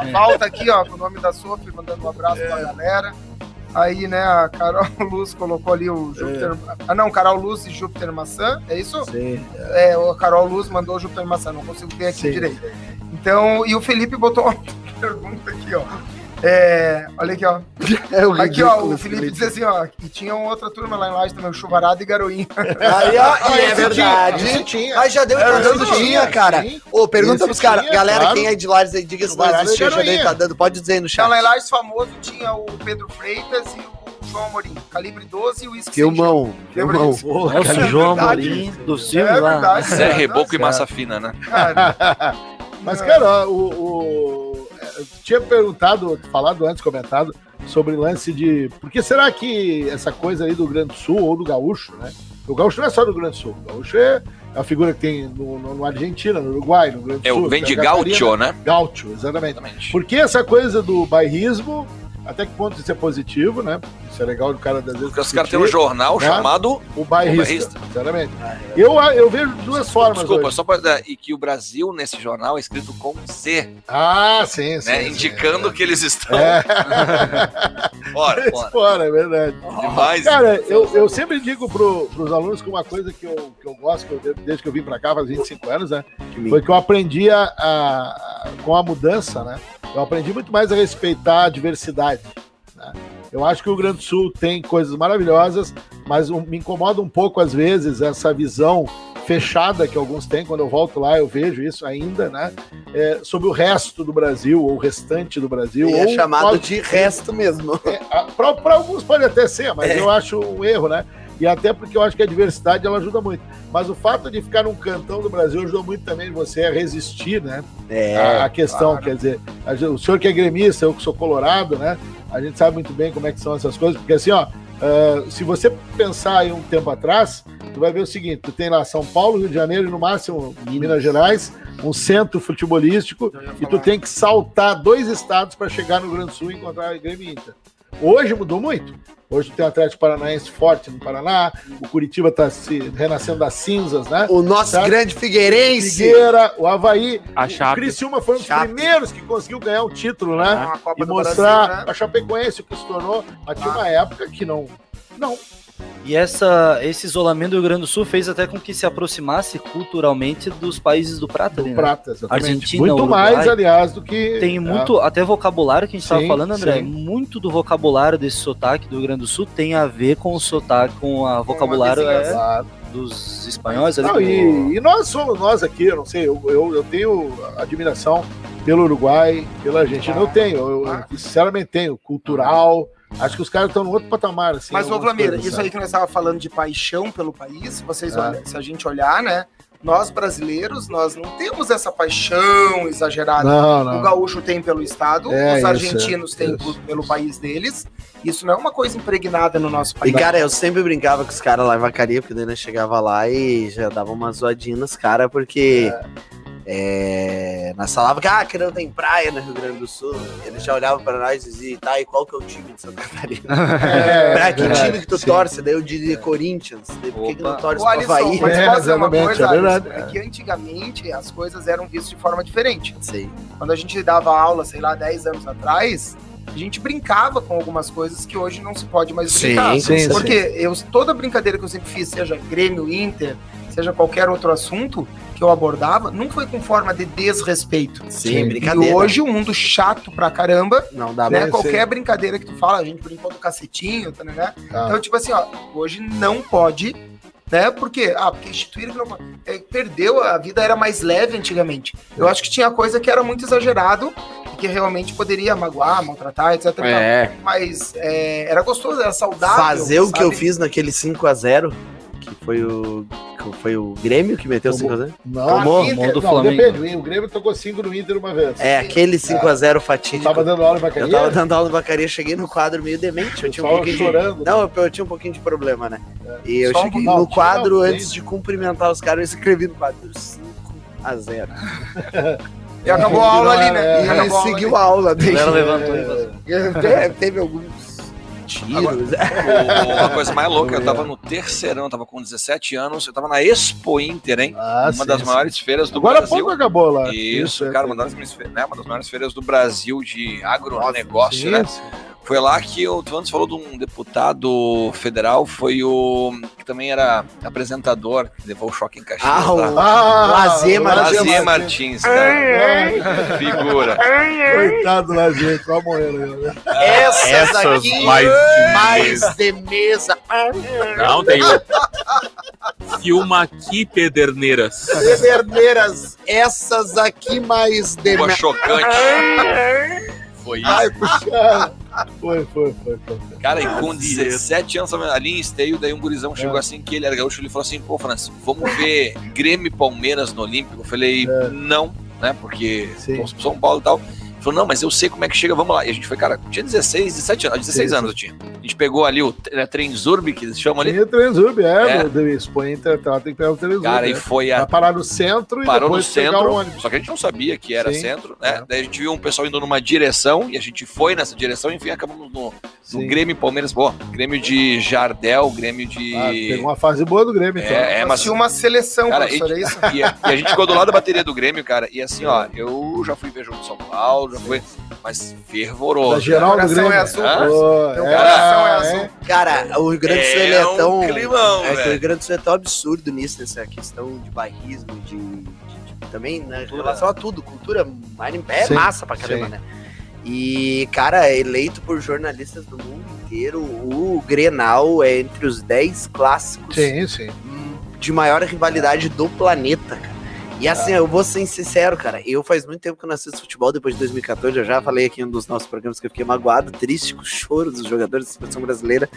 A Malta aqui, ó, com o nome da Sophie, mandando um abraço pra galera. Aí, né, a Carol Luz colocou ali o Júpiter. Ah, não, Carol Luz e Júpiter Maçã, é isso? É, o Carol Luz mandou Júpiter Maçã, não consigo ver aqui Sim. direito. Então, e o Felipe botou uma pergunta aqui, ó. É, olha aqui, ó. É o Aqui, ó, ridículo, o Felipe diz assim, ó, que tinha outra turma lá em Laje também, o Chuvarada e Garoinha. Aí, ó, e é Esse tinha, esse verdade. tinha. Mas já deu tá dando Esse tinha, cara. sim. Ô, pergunta Esse pros caras. tinha, Galera, claro. quem é de Lages aí, diga se não Baralho existe, de eu já dei, heroína. tá dando. Pode dizer aí no Já chat. Então, lá em Laje famoso tinha o Pedro Freitas e o João Amorim, calibre 12 e o Whisky sem gelo. Filmão, Lembra filmão. disso? Porra, Nelson cara, é João verdade. Amorim do É Silvio lá. verdade. Zé é Reboco e Massa Fina, né? Cara, Mas, cara, ó, o, o- eu tinha perguntado, falado antes, comentado, sobre lance de. Porque será que essa coisa aí do Grande Sul ou do Gaúcho, né? O Gaúcho não é só do Grande Sul. O Gaúcho é a figura que tem no, no- na Argentina, no Uruguai, no Grande É Sul. o vem de Santa Catarina. Gaúcho, né? Gaúcho, exatamente. Exatamente. Porque essa coisa do bairrismo, até que ponto isso é positivo, né? Isso é legal do cara das vezes. Porque os caras têm um discutir. jornal né? chamado O bairrista, bairrista. sinceramente. Eu, eu vejo duas formas. Desculpa, hoje. só pra dar. E que o Brasil, nesse jornal, é escrito com Z, Ah, sim, sim. né? sim. Indicando que eles estão. É. Ora, Fora, ora. é verdade. Demais. Cara, né? eu, eu sempre digo pro, pros alunos que uma coisa que eu, que eu gosto, que eu, desde que eu vim pra cá, faz 25 anos, né? Foi que eu aprendi a, a- com a mudança, né? Eu aprendi muito mais a respeitar a diversidade. né? Eu acho que o Rio Grande do Sul tem coisas maravilhosas, mas um- me incomoda um pouco, às vezes, essa visão fechada que alguns têm. Quando eu volto lá, eu vejo isso ainda, né? É, sobre o resto do Brasil, ou o restante do Brasil. E ou é chamado nós- de resto mesmo. para Ah, alguns pode até ser, mas eu acho um erro, né? E até porque eu acho que a diversidade ela ajuda muito. Mas o fato de ficar num cantão do Brasil ajudou muito também você a resistir, né? a, a questão, quer dizer, a gen- o senhor que é gremista, eu que sou colorado, né? A gente sabe muito bem como é que são essas coisas, porque assim, ó, ah, se você pensar aí um tempo atrás, tu vai ver o seguinte: tu tem lá São Paulo, Rio de Janeiro e no máximo Minas, Gerais, um centro futebolístico, e tu tem que saltar dois estados para chegar no Rio Grande do Sul e encontrar o Grêmio e Inter. Hoje mudou muito. Hoje tem o Atlético Paranaense forte no Paraná, o Curitiba está se renascendo das cinzas, né? O nosso Tá. grande Figueirense. Figueira, o Havaí. Tá A O Chape. Criciúma foi um dos Chape. primeiros que conseguiu ganhar o título, né? uma Ah, Copa e do mostrar Brasil, né? Ah. a Chapecoense o que se tornou. Mas tinha uma época que não. Não. E essa, esse isolamento do Rio Grande do Sul fez até com que se aproximasse culturalmente dos países do Prata. É. ali, né? Prata, exatamente. Argentina, muito Uruguai. mais, aliás, do que. Tem é, muito, até vocabulário que a gente estava Sim, falando, André, sim. muito do vocabulário desse sotaque do Rio Grande do Sul tem a ver com o sotaque, com a vocabulário é, Exato. dos espanhóis ali. Não, do- e, e nós somos nós aqui, eu não sei, eu, eu, eu tenho admiração pelo Uruguai, pela Argentina. Eu tenho, eu, eu sinceramente tenho. Cultural. Acho que os caras estão no outro patamar, assim. Mas, ô algumas Vlamir, coisas, isso sabe? aí que nós estávamos falando de paixão pelo país, se vocês É. olha- se a gente olhar, né? Nós brasileiros, nós não temos essa paixão exagerada. Não, não. O gaúcho tem pelo estado, É, os isso, argentinos têm isso. por- pelo país deles. Isso não é uma coisa impregnada no nosso E, país. cara, eu sempre brincava com os caras lá em Vacaria, porque daí nós chegava lá e já dava uma zoadinha nos caras, porque é. nós falava que, ah, que não tem praia no Rio Grande do Sul. Eles já olhavam pra nós e diziam, tá, e qual que é o time de Santa Catarina? É, pra que verdade, time que tu sim. torce? Daí eu dizia Corinthians. Daí por que, que não Opa. Ô, torce pro Alisson, Havaí? mas É, posso dizer uma exatamente, coisa, é Alisson? verdade. é que antigamente as coisas eram vistas de forma diferente. Sei. Quando a gente dava aula, sei lá, 10 anos atrás, a gente brincava com algumas coisas que hoje não se pode mais Sim, brincar. sim, porque eu, toda brincadeira que eu sempre fiz, seja Grêmio, Inter, seja qualquer outro assunto que eu abordava, nunca foi com forma de desrespeito. Sim, E brincadeira. Tá hoje o mundo chato pra caramba, não dá né? mais. Qualquer brincadeira que tu fala, a gente brincou do cacetinho, tá, né? Ah. Tá. Então, tipo assim, ó, hoje não pode, né? Por quê? Ah, porque instituíram que não pode. É, perdeu, a vida era mais leve antigamente. Eu acho que tinha coisa que era muito exagerado e que realmente poderia magoar, maltratar, etc. e tal. É. Mas é, era gostoso, era saudável. Fazer o que eu sabe? fiz naquele 5x0, que foi o. que foi o Grêmio que meteu Tomou. 5x0? Não, Tomou, Inter- tomou do não, Flamengo. Depende, o Grêmio tocou 5 no Inter uma vez. É, aquele 5x0 Eu fatídico. tava dando aula pra é, Eu carinha, tava dando aula no Vacaria, cheguei no quadro meio demente, eu tinha um só pouquinho de chorando. Não, eu, eu tinha um pouquinho de problema, né? E eu Só um cheguei pouquinho. no quadro, Não, tinha antes de cumprimentar os caras, eu escrevi no quadro 5 a 0. E acabou a aula ali, né? É, E E acabou a aula seguiu a aula dele. Ela levantou e vazou. É, Teve alguns tiros. Uma coisa mais louca, eu É. tava no terceirão, eu tava com 17 anos, eu tava na Expo Inter, hein? Ah, uma sim, das sim. maiores feiras do Agora há Brasil. pouco acabou lá. Isso, é. cara, uma das, maiores fe- né, uma das maiores feiras do Brasil de agronegócio, Sim, né? sim. Foi lá que o Tuantes falou de um deputado federal, foi o que também era apresentador, que levou o choque em Caxias. Ah, lá. Ah, Lazer Martins. Lazier Lazer é. Martins, cara. Figura. Coitado do Lazer, qual morrendo. né? Essas, Essas aqui, mais, mais de mesa. Não, tem o- Filma aqui, Pederneiras. Pederneiras, essas aqui mais de Uma mesa. chocante. Foi isso. Ai, puxado. Foi, foi, foi. foi. Cara, e com 17 anos ali em esteio, daí um gurizão É. chegou assim que ele era gaúcho, ele falou assim, pô, Francisco, vamos ver Grêmio e Palmeiras no Olímpico? Eu falei, não, né? Porque É. Sim. torço pro São Paulo e tal. Ele falou, não, mas eu sei como é que chega, vamos lá. E a gente foi, cara, eu tinha 16, 17 anos, 16 Sim, anos eu tinha. A gente pegou ali o né, trem Zurb, que eles chamam ali. Tinha Transurb, É. é, do- do Expo Inter, tá, tem que pegar o Transurb. Cara, e né? foi Vai a parar no centro e parou no depois pegar centro, o ônibus. só que a gente não sabia que era Sim. centro, né? É. Daí a gente viu um pessoal indo numa direção e a gente foi nessa direção, enfim, acabamos no, no Sim. Grêmio e Palmeiras. Bom, Grêmio de Jardel, Grêmio Ah, de. pegou uma fase boa do Grêmio, então. é, é, ali. mas. Tinha uma seleção, Cara, professor, é isso? E a, e a gente ficou do lado da bateria do Grêmio, cara. E assim, ó, eu já fui ver jogo de São Paulo, já fui. Mas fervoroso. Da geral do coração Grêmio. é azul, Pô, Teu é, coração é azul. é. Cara, o Rio Grande do Sul ele é, é tão. um climão, É que o Rio velho. Grande do Sul é tão absurdo nisso, nessa questão de barrismo, de, de- de- também na relação a tudo, cultura, anime, é Sim, massa pra caramba, sim. né? E, cara, é eleito por jornalistas do mundo inteiro, o Grenal é entre os 10 clássicos Sim, sim. de maior rivalidade do planeta, cara. E Tá. assim, eu vou ser sincero, cara. Eu faz muito tempo que eu não assisto futebol, depois de 2014. Eu já falei aqui em um dos nossos programas que eu fiquei magoado, triste com o choro dos jogadores da seleção brasileira.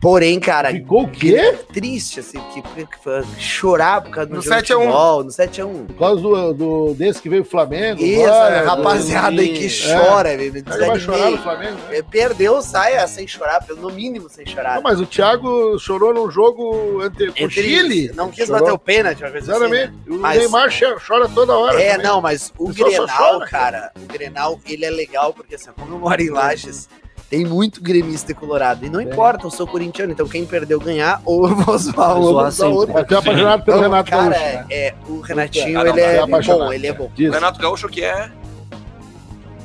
Porém, cara, Ficou o quê? triste, assim, que, que foi chorar por causa do No jogo de 7 a 1. futebol, no 7x1. Por causa do, do- desse que veio o Flamengo. Isso, né, agora, rapaziada aí que é. chora, velho, me do- Será que vai chorar no desanimei. Flamengo, né? É, Perdeu, saia sem chorar, pelo- no mínimo sem chorar. Não, mas o Thiago chorou num jogo ante... com o É triste. Chile. Não quis Chorou. bater o pênalti, uma coisa assim, né? Exatamente. O Mas- Neymar che- chora toda hora. É, também. não, mas o O pessoal só Grenal, chora, cara, o Grenal, ele é legal, porque assim, como eu moro em Lages, tem muito gremista e colorado. E não importa, eu sou corintiano, então quem perdeu ganhar, ou eu vou zoar um, ou eu vou Zoar zoar sempre. outro. Mas foi apaixonado pelo Então, Renato cara, Gaúcho. né? é, o Renatinho, Ah, não, ele, mas é é apaixonado. bom, ele é bom. O Diz. Renato Gaúcho que é.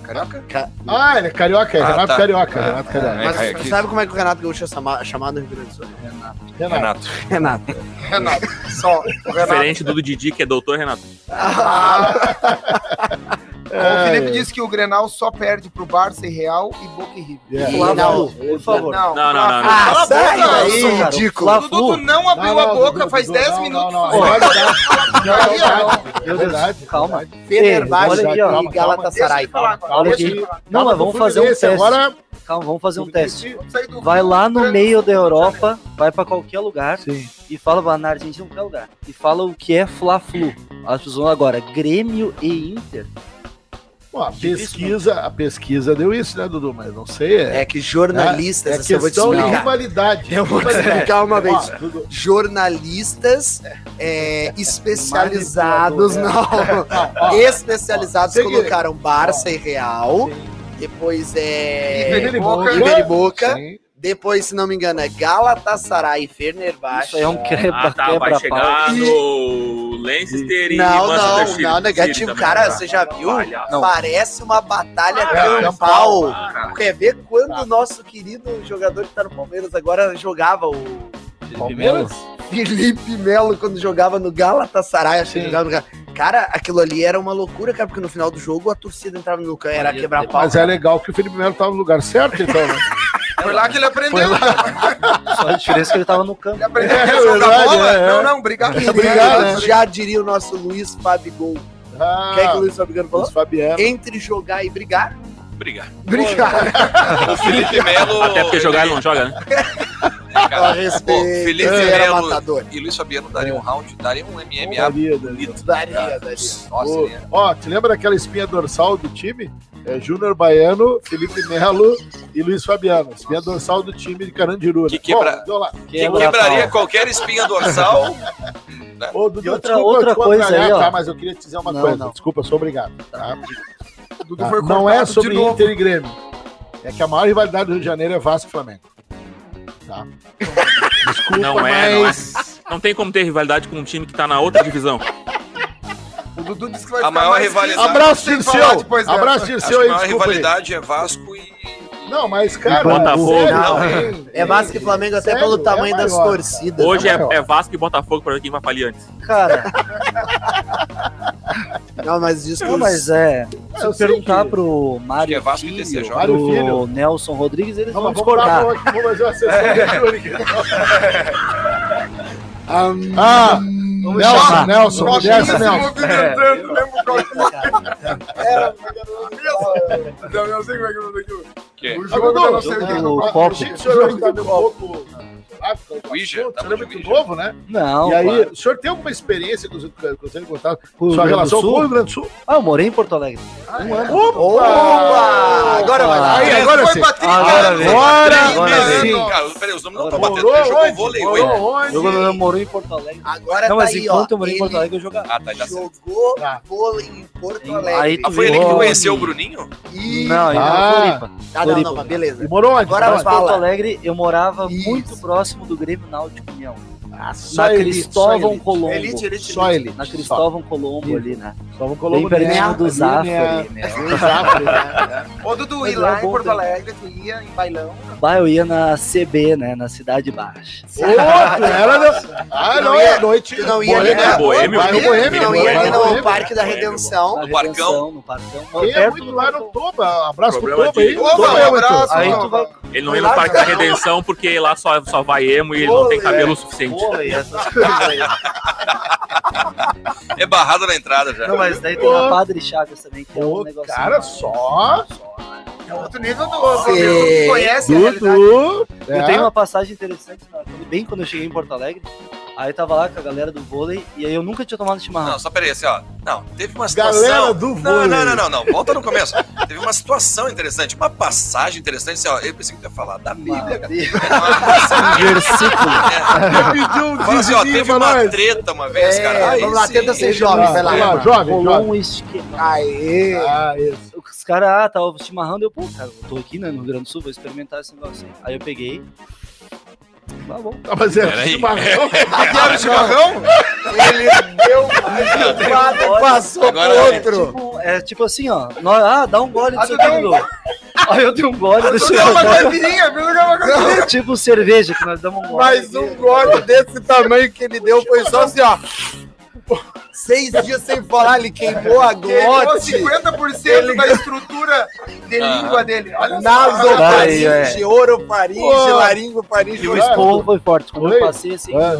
Caraca. Ca- Ah, ele é carioca, é Ah, Renato tá. Carioca. Ah, Renato Carioca. Mas É, é que- sabe como é que o Renato Gaúcho é chama- chamado no Rio Grande do Sul? Renato. Renato. Renato. Renato. Só. O Renato. Diferente do do Didi, que é doutor Renato. o Felipe É, disse que o Grenal só perde pro Barça e Real e Boca e River. é. Flávio, Não, por favor. Não, Não, não, não, não. Cala a Ah, sai boca, daí, Anderson. ridículo. O Dudu tu não Não, abriu a não, boca Dudu, faz Dudu, 10 não, minutos. Não, não, falando. é verdade. Não, é verdade. Meu É Deus, verdade. calma. Fenerbahçe Olha aqui, ó. é e Deixa Galatasaray. ele falar agora, Olha deixa ele aqui. falar. Não, mas vamos fazer um teste. Agora, Calma, vamos fazer um teste. Vamos sair do- Vai lá no meio da Europa, vai pra qualquer lugar Sim. e fala, vai na Argentina, qualquer lugar, e fala o que é Fla-Flu. As pessoas agora, Grêmio e Inter. Bom, a Difícil, pesquisa, a pesquisa deu isso, né, Dudu? Mas não sei. É, É que jornalistas, é essa eu vou te questão de explicar. É, rivalidade. Eu vou te explicar uma vez. Ó, Dudu, jornalistas é, especializados né? ó, não ó. especializados Seguinte. colocaram Barça e Real depois é River e Boca, River e Boca Sim. depois se não me engano é Galatasaray e Isso Fenerbahçe aí é um quebra, Ah, tá, vai quebra pau. chegar no Leicester e Não, Manchester não, City. não, City negativo. também, Cara, tá? você já viu? Palhaço. Parece uma batalha Cara, campal. Cara, Quer ver quando Tá. o nosso querido jogador que tá no Palmeiras agora jogava o Palmeiras? Felipe Melo quando jogava no Galatasaray, achei Sim. que jogava no Gal- Cara, aquilo ali era uma loucura, cara, porque no final do jogo a torcida entrava no canhão, era Ia quebrar pau. Mas é legal que o Felipe Melo tava no lugar certo, então. né? Foi lá que ele Foi aprendeu. lá. Só a diferença é que ele tava no campo. Ele aprendeu É a questão da verdade, bola. é, é. Não, não, obrigado. Obrigado, né? Já diria o nosso Luiz Fabigol. Ah, Quer que o Luiz Fabigol falou? Luiz Fabiano. Entre jogar e brigar, obrigado. brigar. O Felipe Melo. Até porque jogar ele não joga, né? Ela Cara, pô, respeita, Felipe era Melo matador. e Luiz Fabiano dariam um round, dariam um MMA Maria, né? bonito. Daria, daria. Nossa, Ô, ele é- Ó, te lembra daquela espinha dorsal do time? É Júnior Baiano, Felipe Melo e Luiz Fabiano. Espinha dorsal do time de Carandiru. né? Que quebra- Bom, deu lá. que quebraria qualquer espinha dorsal. né? Ô, Dudu, E outra- desculpa outra te coisa contrariar, aí, ó. tá? Mas eu queria te dizer uma Não, coisa. não. Desculpa, sou obrigado. tá? Dudu Tá? foi Não cortado é de sobre novo. Inter e Grêmio. É que a maior rivalidade do Rio de Janeiro é Vasco e Flamengo. Tá? Não Desculpa, é, não é. mas... Não tem como ter rivalidade com um time que tá na outra divisão. O Dudu disse que vai A ficar maior mais rivalidade- triste. Abraço, Sem falar depois Dirceu! dessa. Abraço, Acho Dirceu que a aí, maior desculpa aí. rivalidade é Vasco e. Não, mas, cara... Botafogo. sério, Não, hein? É Vasco e Flamengo até Sério, pelo é tamanho das maior, torcidas. Hoje é, Na moral. é Vasco e Botafogo pra ver quem vai falir antes. Cara, Não, mas isso não, mas é. Se eu sei perguntar que- pro Mário é Vasco e Filho, TCJ. Mário Filho. pro Nelson Rodrigues, eles Não, vão mas vamos lá, discordar. vamos vamos fazer uma É. sessão de Júnior. Ah, Ah, chamar. Nelson, Nelson, Só desce, se Nelson. movimentando, lembra o Coquinha? Era, mas era uma mesa. Não, eu sei como é que é o nome daquilo. Que? O jogo da não sei Dudu, o que. Dudu. O copo. Gente, o senhor hoje tá meio pouco. Ah, tá com Ouija, assunto, tá Você lembra falando de de Ouija. novo, né? Não, e aí, claro. o senhor tem alguma experiência com os com- com os encostados? Pro Rio Sua Grande do relação com Sul? o Rio Grande do Sul? Ah, eu morei em Porto Alegre. um ano. Opa! Agora vai lá. Aí, Esse agora foi sim. pra trinta Agora anos. vem. Agora Agora Três vem. meses. Cara, peraí, os nomes não estão batendo. Morou Ele jogou onde? vôlei Morou hoje. onde? Eu, eu morei em Porto Alegre. Agora não, tá mas aí, ó. enquanto eu morei em Ele Porto Alegre, eu jogava. Ah, tá, já sei. jogou Tá. vôlei em Porto Sim. Alegre. Aí Ah, foi ele que Olha. conheceu o Bruninho? Ih, Não, em Ah. Floripa. ah, não, não, mas E beleza. morou onde? Agora Mas Morou em fala. Porto Alegre, eu morava Isso. muito próximo do Grêmio Náutico União. onde? Ah, só Na ele. Só Cristóvão ele. Colombo. Elite, elite, Só um ele. Na Cristóvão Colombo Isso. ali, né? Cristóvão Bem Colombo. pertinho do né? Zafre Né? ali, né? Do Zafre, né? Ô, Dudu, Mas ir é lá em bom Porto também. Alegre, tu ia em bailão. Bah, eu ia na CB, né? Na Cidade Baixa. é. Outro, era... da- Ah, Tu não não, ia- é à noite. tu não ia ali Boêmio, na- Boêmio, né? Vai no filho. Boêmio. né? Não, Boêmio, ia ali vai no Boêmio. no Parque da Redenção. Na No Parcão? no Parcão. Quem é Perto muito do lá no Parcão. Toba. Abraço pro Problema Toba aí. de- Opa, Toba, um eu, então. abraço, Aí Dudu. tu vai- Ele não ia no Parque da Redenção porque lá só, só vai emo e ele não tem cabelo o suficiente. Porra, e essas coisas aí. É barrado na entrada já. Não, mas daí tem Porra. na Padre Chagas também, que é um Ô, negócio. cara, só. É outro nível do outro. Sim. Tu conhece a realidade. Dudu. Eu tenho uma passagem interessante, né? bem quando eu cheguei em Porto Alegre. Aí tava lá com a galera do vôlei e aí eu nunca tinha tomado chimarrão. Não, só peraí, assim, ó. Não, teve uma situação. Galera do Não, vôlei. não, não, não, não. Volta no começo. Teve uma situação interessante, uma passagem interessante. Assim, ó, eu pensei que tu ia falar da Bíblia, cara. Era uma passagem- Versículo. É. Pediu um Fala assim, ó, desvio teve pra uma nós. treta uma vez, É, cara. Aí vamos lá, sim. tenta ser jovem, vai lá. Vai lá, jovem, Rolou jovem. um esquema. Aê! Ah, isso. Os caras, ah, tava chimarrão, deu, pô, cara, eu tô aqui né, no Rio Grande do Sul, vou experimentar esse negócio aí. Aí eu peguei. Tá bom. Ah, mas é Peraí. chimarrão. Aqui abre o chimarrão? Ele deu um lado e passou Agora pro é. outro. Tipo, é tipo assim, ó. nó- ah, dá um gole Ah, disso tu aqui, deu um Ah, Dudu. Aí eu dei um gole, Tu deixei deu eu uma gole. caipirinha, viu? Tu deu uma caipirinha. Tipo cerveja, que nós damos um gole. Mas um gole desse tamanho que ele deu foi só assim, ó. Seis dias sem falar, ele queimou a Queimou glote. 50% da estrutura de Ah. língua dele. Olha Aí, Nasofaringe, é. orofaringe, Pô. laringofaringe. E o Ah, esporro foi forte. Quando Oi? eu passei assim, Ah,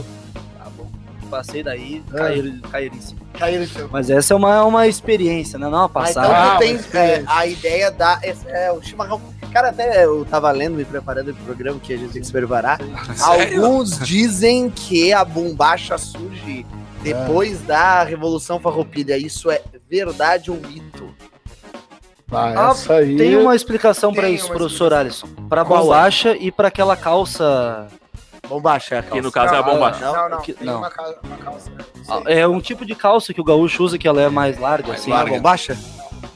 passei daí, Ah. caíram, caíram em cima. Caiu no chão. Mas essa é uma, uma experiência, né? Não é uma Ah, passagem. então Ah, tu tem mas é, a ideia da. É, é, o chimarrão. Cara, até eu tava lendo, me preparando pro programa que a gente tem que se preparar. Sério? Alguns dizem que a bombacha surge depois da Revolução Farroupilha. Isso é verdade ou mito? tá, essa aí. Tem um um- uma explicação pra Tem isso, uma professor Alisson. Pra Qual é? bolacha e pra aquela calça. Bombacha é a Que no calça. caso é a bomba. Não, não, que- tem não. uma ca- uma calça. não sei. Ah, É um tipo de calça que o gaúcho usa que ela é mais larga, Mais assim. Sim, a larga. bombacha?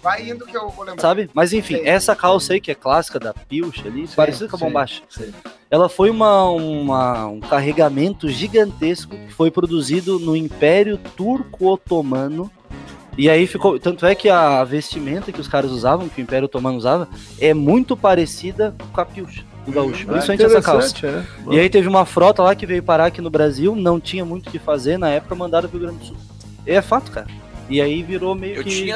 Vai indo que eu vou lembrar. sabe? Mas enfim, Sei. essa calça aí, que é clássica da Pilch ali, parecida com a sim. bombacha. Ela foi uma, uma- um carregamento gigantesco que foi produzido no Império Turco-Otomano. E aí ficou. Tanto é que a vestimenta que os caras usavam, que o Império Otomano usava, é muito parecida com a Pilch do Hum, Gaúcho. Principalmente é essa calça. E aí teve uma frota lá que veio parar aqui no Brasil, não tinha muito o que fazer, na época mandaram pro Rio Grande do Sul. E é fato, cara. E aí virou meio Eu que. tinha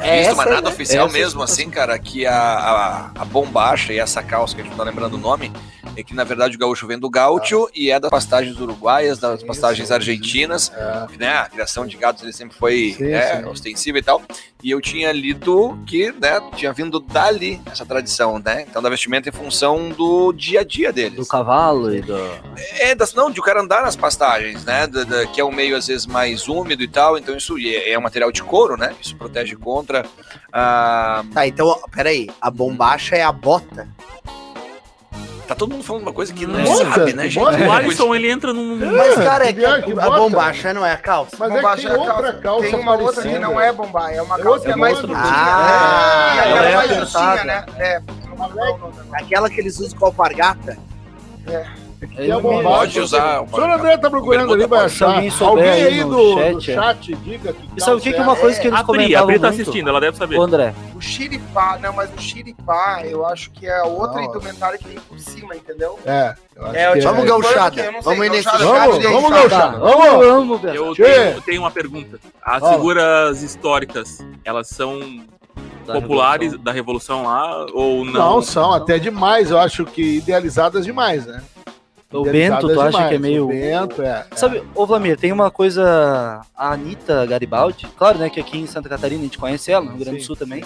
É visto, essa, mas nada né? oficial Essa mesmo, assim, cara, que a, a, a bombacha e essa calça que a gente não tá lembrando o nome, é que na verdade o gaúcho vem do gaúcho e é das pastagens uruguaias, das Isso. pastagens argentinas, É. né? A criação de gados ele sempre foi Sim, né, sim. ostensiva e tal. E eu tinha lido que, né, tinha vindo dali essa tradição, né? Então da vestimenta em função do dia a dia deles. Do cavalo e do. É, das, não, de o cara andar nas pastagens, né? da- da- que é um meio às vezes mais úmido e tal, então isso e é, é um material de couro, né? Isso protege contra. ah, a. Tá, então, ó, peraí. A bombacha é a bota. tá todo mundo falando uma coisa que não Nossa, sabe, né, gente? bota. Uma O coisa- Alisson, ele entra num. Mas, cara, é que a, que a bota. bombacha não é a calça. Mas é que Bombacha tem é a outra calça Tem uma outra que parecida. não é bombar, é uma É calça que é outra mais moda. curtinha. Ah, é, aquela ela é mais apertada. justinha, né? É, porque não vai lembrar o nome agora. Aquela que eles usam com alpargata. Que é bombacha. Pode usar. O senhor André tá procurando ali, vai Se achar. alguém souber Alguém aí aí no do chat, do é. chat, diga que E sabe o que, que é calça é. uma coisa que eles A Pri, a comentavam Pri tá muito? assistindo, ela deve saber. Ô, André, O xiripá, não, mas o xiripá, eu acho que é a outra Não. indumentária que vem por cima, entendeu? É, eu acho É, eu que te- Vamos, É. gauchada. Eu não sei, Vamos ir nesse gauchada, chat Vamos, Gente, vamos, tá. gauchada. eu Vamos. amo, Beto. Eu Tchê. tenho, tenho uma pergunta. As Fala. figuras históricas, elas são Da populares Revolução. da Revolução lá ou não? Não, são até demais, eu acho que idealizadas demais, né? O Idealizadas Bento, tu acha demais. que é meio. O Bento, é. é. Sabe, ô Vlamir, tem uma coisa. A Anitta Garibaldi, claro, né, que aqui em Santa Catarina a gente conhece ela, no Rio Grande do Sim. Sul também.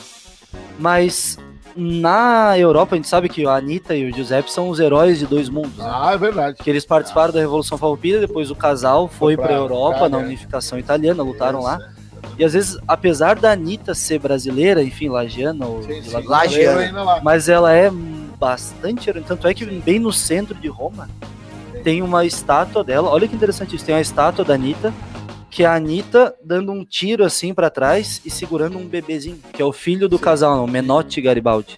Mas na Europa a gente sabe que a Anitta e o Giuseppe são os heróis de dois mundos. né? Ah, é verdade. Que eles participaram da Revolução Farroupilha, depois o casal foi pra pra Europa, Itália. na unificação italiana, lutaram lá. Isso, E às vezes, apesar da Anitta ser brasileira, enfim, lagiana ou Sim, de sim. lá do- Lagiana. Eu ainda né? lá. mas ela é bastante heroína. Tanto é que bem no centro de Roma tem uma estátua dela. Olha que interessante isso. Tem a estátua da Anitta, que é a Anitta dando um tiro assim pra trás e segurando um bebezinho, que é o filho do casal, o Menotti Garibaldi.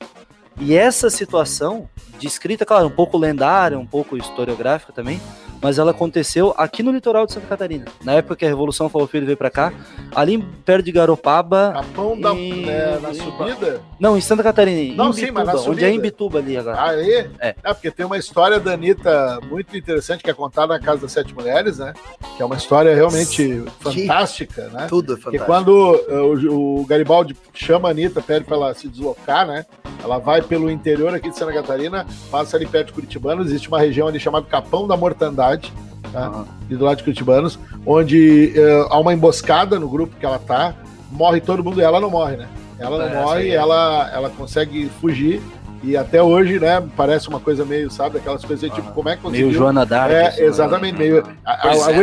E essa situação, descrita, claro, um pouco lendária, um pouco historiográfica também, mas ela aconteceu aqui no litoral de Santa Catarina. Na época que a Revolução Farroupilha veio pra cá, ali perto de Garopaba, Capão da, E- né, na subida. não, em Santa Catarina, em Não, Imbituba, sim, mas na onde é subida. Imbituba ali agora. Aí, É. é. porque tem uma história da Anitta muito interessante que é contada na Casa das Sete Mulheres, né? Que é uma história realmente fantástica, né? Tudo, é Porque fantástico. quando eh, o, o Garibaldi chama a Anitta, pede para ela se deslocar, né? Ela vai pelo interior aqui de Santa Catarina, passa ali perto de Curitibanos, existe uma região ali chamada Capão da Mortandade, tá? E do lado de Curitibanos, onde eh, há uma emboscada no grupo que ela tá, morre todo mundo e ela não morre, né? Ela É, não morre, ela, ela consegue fugir. E até hoje, né, parece uma coisa meio, sabe, aquelas coisas tipo, como é que conseguiu? Meio Joana d'Arc. assim, É, né? exatamente. Meio, a- a- Pois é, o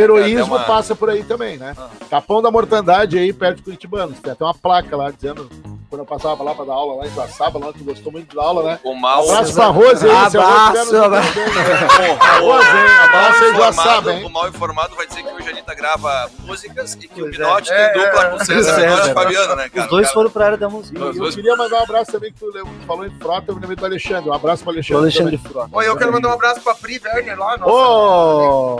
até heroísmo uma- passa por aí também, né? Capão da Mortandade aí, perto de Curitibanos. Tem até uma placa lá dizendo, quando eu passava lá pra dar aula lá em Guaçaba, lá que gostou muito da aula, né? O mal. Abraço pra Rose aí, seu Abraço, Rose, cara, abraço. não sei bem, né? Porra, o- Rose, hein? Abraço aí, o mal Guaçaba, informado- hein? O mal informado vai dizer que hoje a Anitta grava músicas e que o Pois é. Minotti É, tem dupla com o César César. Menotti e Fabiano, né, cara? Os dois Cara, foram pra área da música. Os E Eu dois- queria mandar um abraço também que tu lem- tu falou em frota, eu me lembrei do Alexandre. Um abraço pro O Alexandre. Alexandre Frota. Oi, eu quero mandar um abraço pra Pri Werner lá, também. nossa.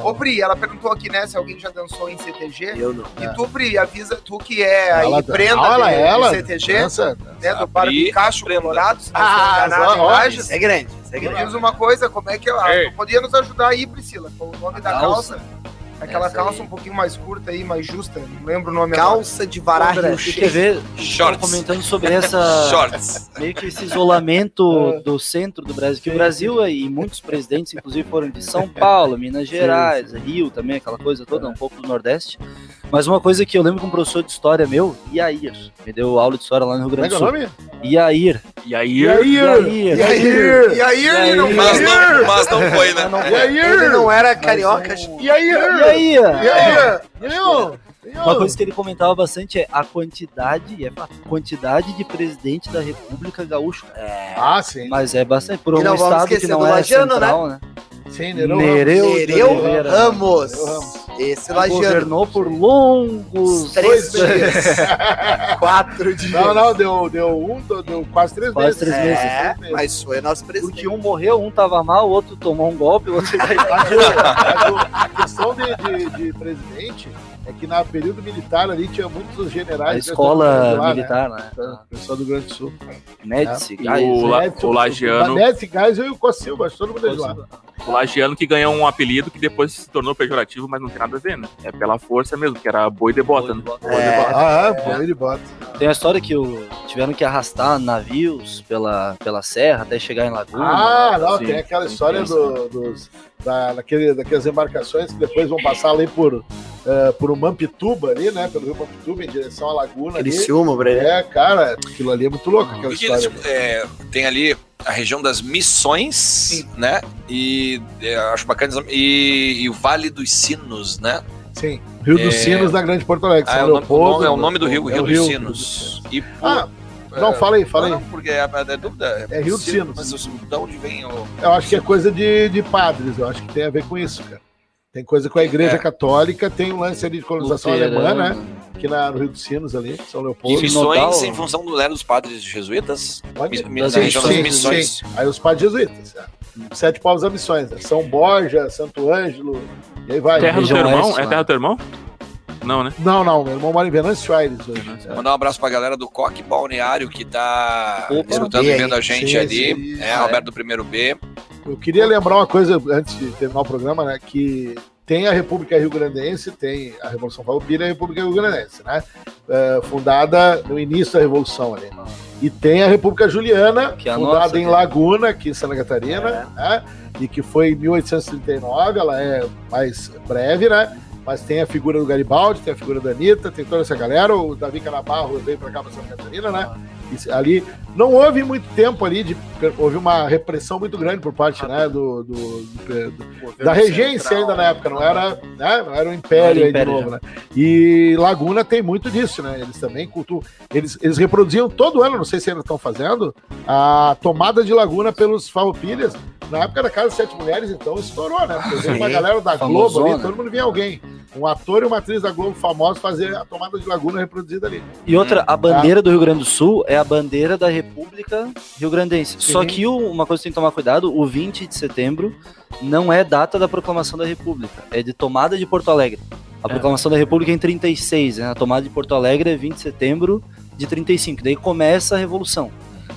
Ô, Ô! Pri, ela perguntou aqui, né, se alguém já dançou em CTG. Eu não. E tu, Pri, avisa, tu que é aí É. Ela- prenda ela- é do- do ela- CTG, Dança. né, A do Bar Pri Picacho, prenda. Colorado, se não Ah, estou enganado, ó, ó. em Lages. Isso é grande, isso é Me grande. diz uma coisa, como é que ela... Ei. Tu podia nos ajudar aí, Priscila, com o nome da Calça. calça. Aquela Essa calça aí. um pouquinho mais curta aí, mais justa, não lembro o nome agora. Calça de varar André, rio e cheio. quer ver, Shorts. comentando sobre essa, Shorts. meio que esse isolamento do centro do Brasil, que o Brasil é, e muitos presidentes, inclusive, foram de São Paulo, Minas Gerais, Rio também, aquela coisa toda, um pouco do Nordeste. Mas uma coisa que eu lembro que um professor de história meu, Iair, me deu aula de história lá no Rio Como é Grande que do é Sul. o nome? Iair. E aí, E aí? Iair. E aí? E aí, ele não Mas fez. não, mas não foi, né? Não, E aí? Ele não era é carioca. um E aí? Iair. E aí? E aí? Uma coisa que ele comentava bastante é a quantidade, e é fato, quantidade de presidente da República Gaúcho. Ah, sim. Mas é bastante por E um não vamos estado que esquecer não do é Lagiano, central, né? Sim, Nereu. Nereu, Nereu Oliveira. né? É um Ramos. Nereu Ramos. Esse Aí lajeando. governou por longos Três É um dois anos. dias. Quatro dias. Não, não, deu, deu um, deu, deu quase três Quase meses. três meses. É, Três meses. mas foi nosso Porque presidente. um morreu, um tava mal, o outro tomou um golpe, o outro Mas o- mas o- a questão de, de- de presidente é que na período militar ali tinha muitos generais. a né, todo escola mundo lá, né? militar, né? Pessoal do Rio Grande do Sul. Médici, E Gás, né? o, La, é, o Lagiano, Vanessa, Gás e o Cossilva, acho que todo mundo é de lá. o Lagiano que ganhou um apelido que depois se tornou pejorativo, mas não tem nada a ver, né? É pela força mesmo, que era boi de bota, né? Bota. Boi de bota. Ah, é, bom, ele bota. Tem a história que o- tiveram que arrastar navios pela, pela serra até chegar em Laguna. assim, Ah, não, sim, tem aquela sim, história sim. do- dos, da, daquele- daquelas embarcações que depois vão passar ali por, eh, por um Mampituba ali, né? Pelo rio Mampituba, em direção à laguna ali. Criciúma, Breno. É, cara, aquilo ali é muito louco, aquela Porque história. eles, é, tem ali a região das Missões, né? E é, acho bacana. E, e o Vale dos Sinos, né? Sim, Rio dos É. Sinos da Grande Porto Alegre. Ah, São é, o nome, o Leopoldo, nome- é o nome do rio, é Rio o dos Sinos. E por- Ah, não, fala aí, fala Não, aí. não, porque é, é dúvida. É Rio dos Sinos. Mas eu- de onde vem o. Eu acho que é coisa de, de padres, eu acho que tem a ver com isso, cara. Tem coisa com a Igreja É. Católica, tem um lance ali de colonização Luterano. alemã, né? Aqui na, no Rio dos Sinos ali, São E Leopoldo. Isso, missões nodal- em função do, né, dos padres jesuítas? Pode- Mi- mi- das na região das missões, missões. sim. Aí os padres jesuítas. né? Sete paus a missões. né? São Borja, Santo Ângelo, e aí vai. Terra do teu Região irmão? Oeste, É lá. terra do teu irmão? Não, né? Não, não, meu irmão mora em Venâncio Aires hoje. né? Mandar um abraço pra galera do Coque Balneário que tá Opa, escutando bem, e vendo a gente sim, ali. sim, Ah, é, Roberto do primeiro B. Eu queria lembrar uma coisa antes de terminar o programa, né? Que tem a República Rio Grandense, tem a Revolução Farroupilha e a República Rio Grandense, né? Eh, fundada no início da Revolução ali. E tem a República Juliana, Uhum. Que é a fundada nossa, em né? É. Laguna, aqui em Santa Catarina, né? E que foi em 1839, ela é mais breve, né? Mas tem a figura do Garibaldi, tem a figura da Anitta, tem toda essa galera. O Davi Canabarro veio pra cá, pra Santa Catarina, né? E ali não houve muito tempo ali, de, houve uma repressão muito grande por parte né, do, do- do- da regência ainda na época, não era, né, não era o Não era império, aí de império, novo, né? E Laguna tem muito disso, né? Eles também cultuam, eles, eles reproduziam todo ano, não sei se ainda estão fazendo, a tomada de Laguna pelos farroupilhas. Na época da Casa das Sete Mulheres, então, estourou, né? Porque veio uma Ah, Sim. galera da Globo Famosona. ali, todo mundo via alguém. Um ator e uma atriz da Globo famosa fazer a tomada de Laguna reproduzida ali. E outra, a bandeira do Rio Grande do Sul é a bandeira da República Rio Grandense. Só que o- uma coisa que tem que tomar cuidado, o 20 de setembro não é data da proclamação da República, é de tomada de Porto Alegre. A proclamação da República é em 36, né? A tomada de Porto Alegre é 20 de setembro de 35, daí começa a revolução.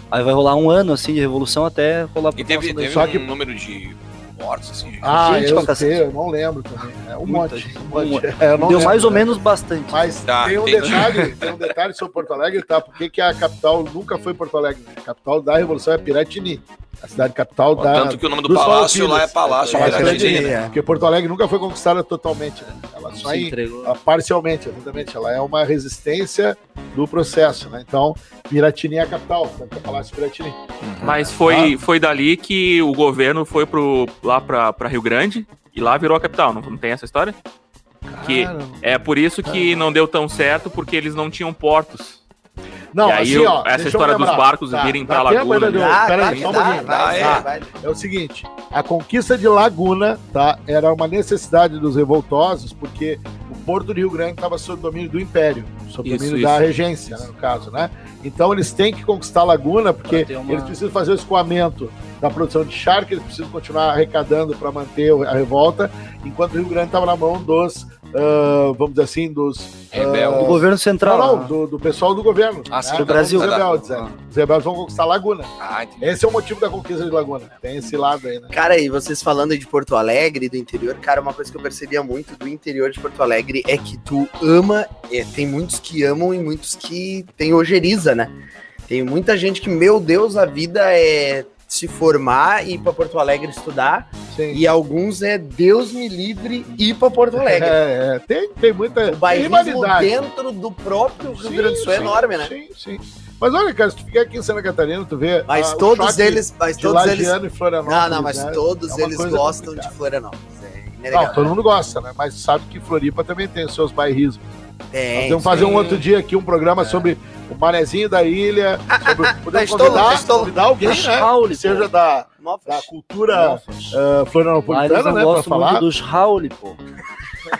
Aí vai rolar um ano assim de revolução até rolar a E proclamação teve, da teve Só um que- número de mortos, assim. Ah, Gente pra eu cacete. sei, eu não lembro também. É um Muita monte. gente, Um monte. um monte. É, eu não Deu lembro, mais ou né? menos bastante. Mas Tá, tem, um entendi. detalhe, tem um detalhe sobre Porto Alegre, tá? Por que que a capital nunca foi Porto Alegre? né? A capital da Revolução é Piratini. A cidade capital Ó, da. Tanto que o nome do dos palácio lá é Farroupilhas. Palácio Palácio Piratini, Piratini, né? é. Porque Porto Alegre nunca foi conquistada totalmente, né? Ela só Se em, entregou. ah, parcialmente, exatamente. Ela é uma resistência do processo, né? Então, Piratini é a capital, tanto que é Palácio Piratini. Mas Ah. foi, foi dali que o governo foi pro, lá pra, pra Rio Grande e lá virou a capital, não, não tem essa história? Que Cara, é por isso que não deu tão certo, porque eles não tinham portos. Não, e aí assim, eu- ó, essa deixa eu história dos lembrar. barcos Tá, virem dá pra tempo Laguna. ainda de eu- né? Dá, Peraí, dá, só um dá, pouquinho. Ah, vai, Tá. vai, vai. é o seguinte: a conquista de Laguna tá, era uma necessidade dos revoltosos, porque o Porto do Rio Grande estava sob domínio do Império, sob Isso, domínio isso. da regência, né, no caso, né? Então eles têm que conquistar Laguna, porque Pra ter uma- eles precisam fazer o escoamento da produção de charque, eles precisam continuar arrecadando para manter o- a revolta, enquanto o Rio Grande estava na mão dos, ah, vamos dizer assim, dos. ah, O Rebel. governo não, central. não, né? do, do pessoal do governo. Né? Ah, sim, do Brasil. Os rebeldes, é. Os rebeldes vão conquistar Laguna. Ah, entendi. Esse é o motivo da conquista de Laguna. Tem esse lado aí, né? Cara, e vocês falando aí de Porto Alegre, do interior, cara, uma coisa que eu percebia muito do interior de Porto Alegre é que tu ama, é, tem muitos que amam e muitos que tem ojeriza, né? Tem muita gente que, meu Deus, a vida é se formar e ir pra Porto Alegre estudar, Sim. e alguns é Deus me livre ir pra Porto Alegre. É, é, tem, tem muita O tem bairrismo dentro do próprio Rio Sim, Grande do Sul é sim, enorme, né? Sim, sim. Mas olha, cara, se tu ficar aqui em Santa Catarina, tu vê. Mas ah, o todos choque eles, mas De todos eles Lagiano e Florianópolis. Não, não, mas né? todos É uma eles coisa gostam complicada. de Florianópolis. É inegável. Não, todo mundo gosta, né? Mas sabe que Floripa também tem os seus bairrismos. Nós Tem, É. vamos fazer tem. um outro dia aqui um programa sobre o manezinho da ilha. Sobre, podemos Ah, Estou louco, convidar, estou louco. convidar alguém, Dos né? Que Rauli, seja pô. da, Mó da fechado. cultura ah, Lá eles florianopolitana, não né? Pra gostam falar. muito dos Raul, pô.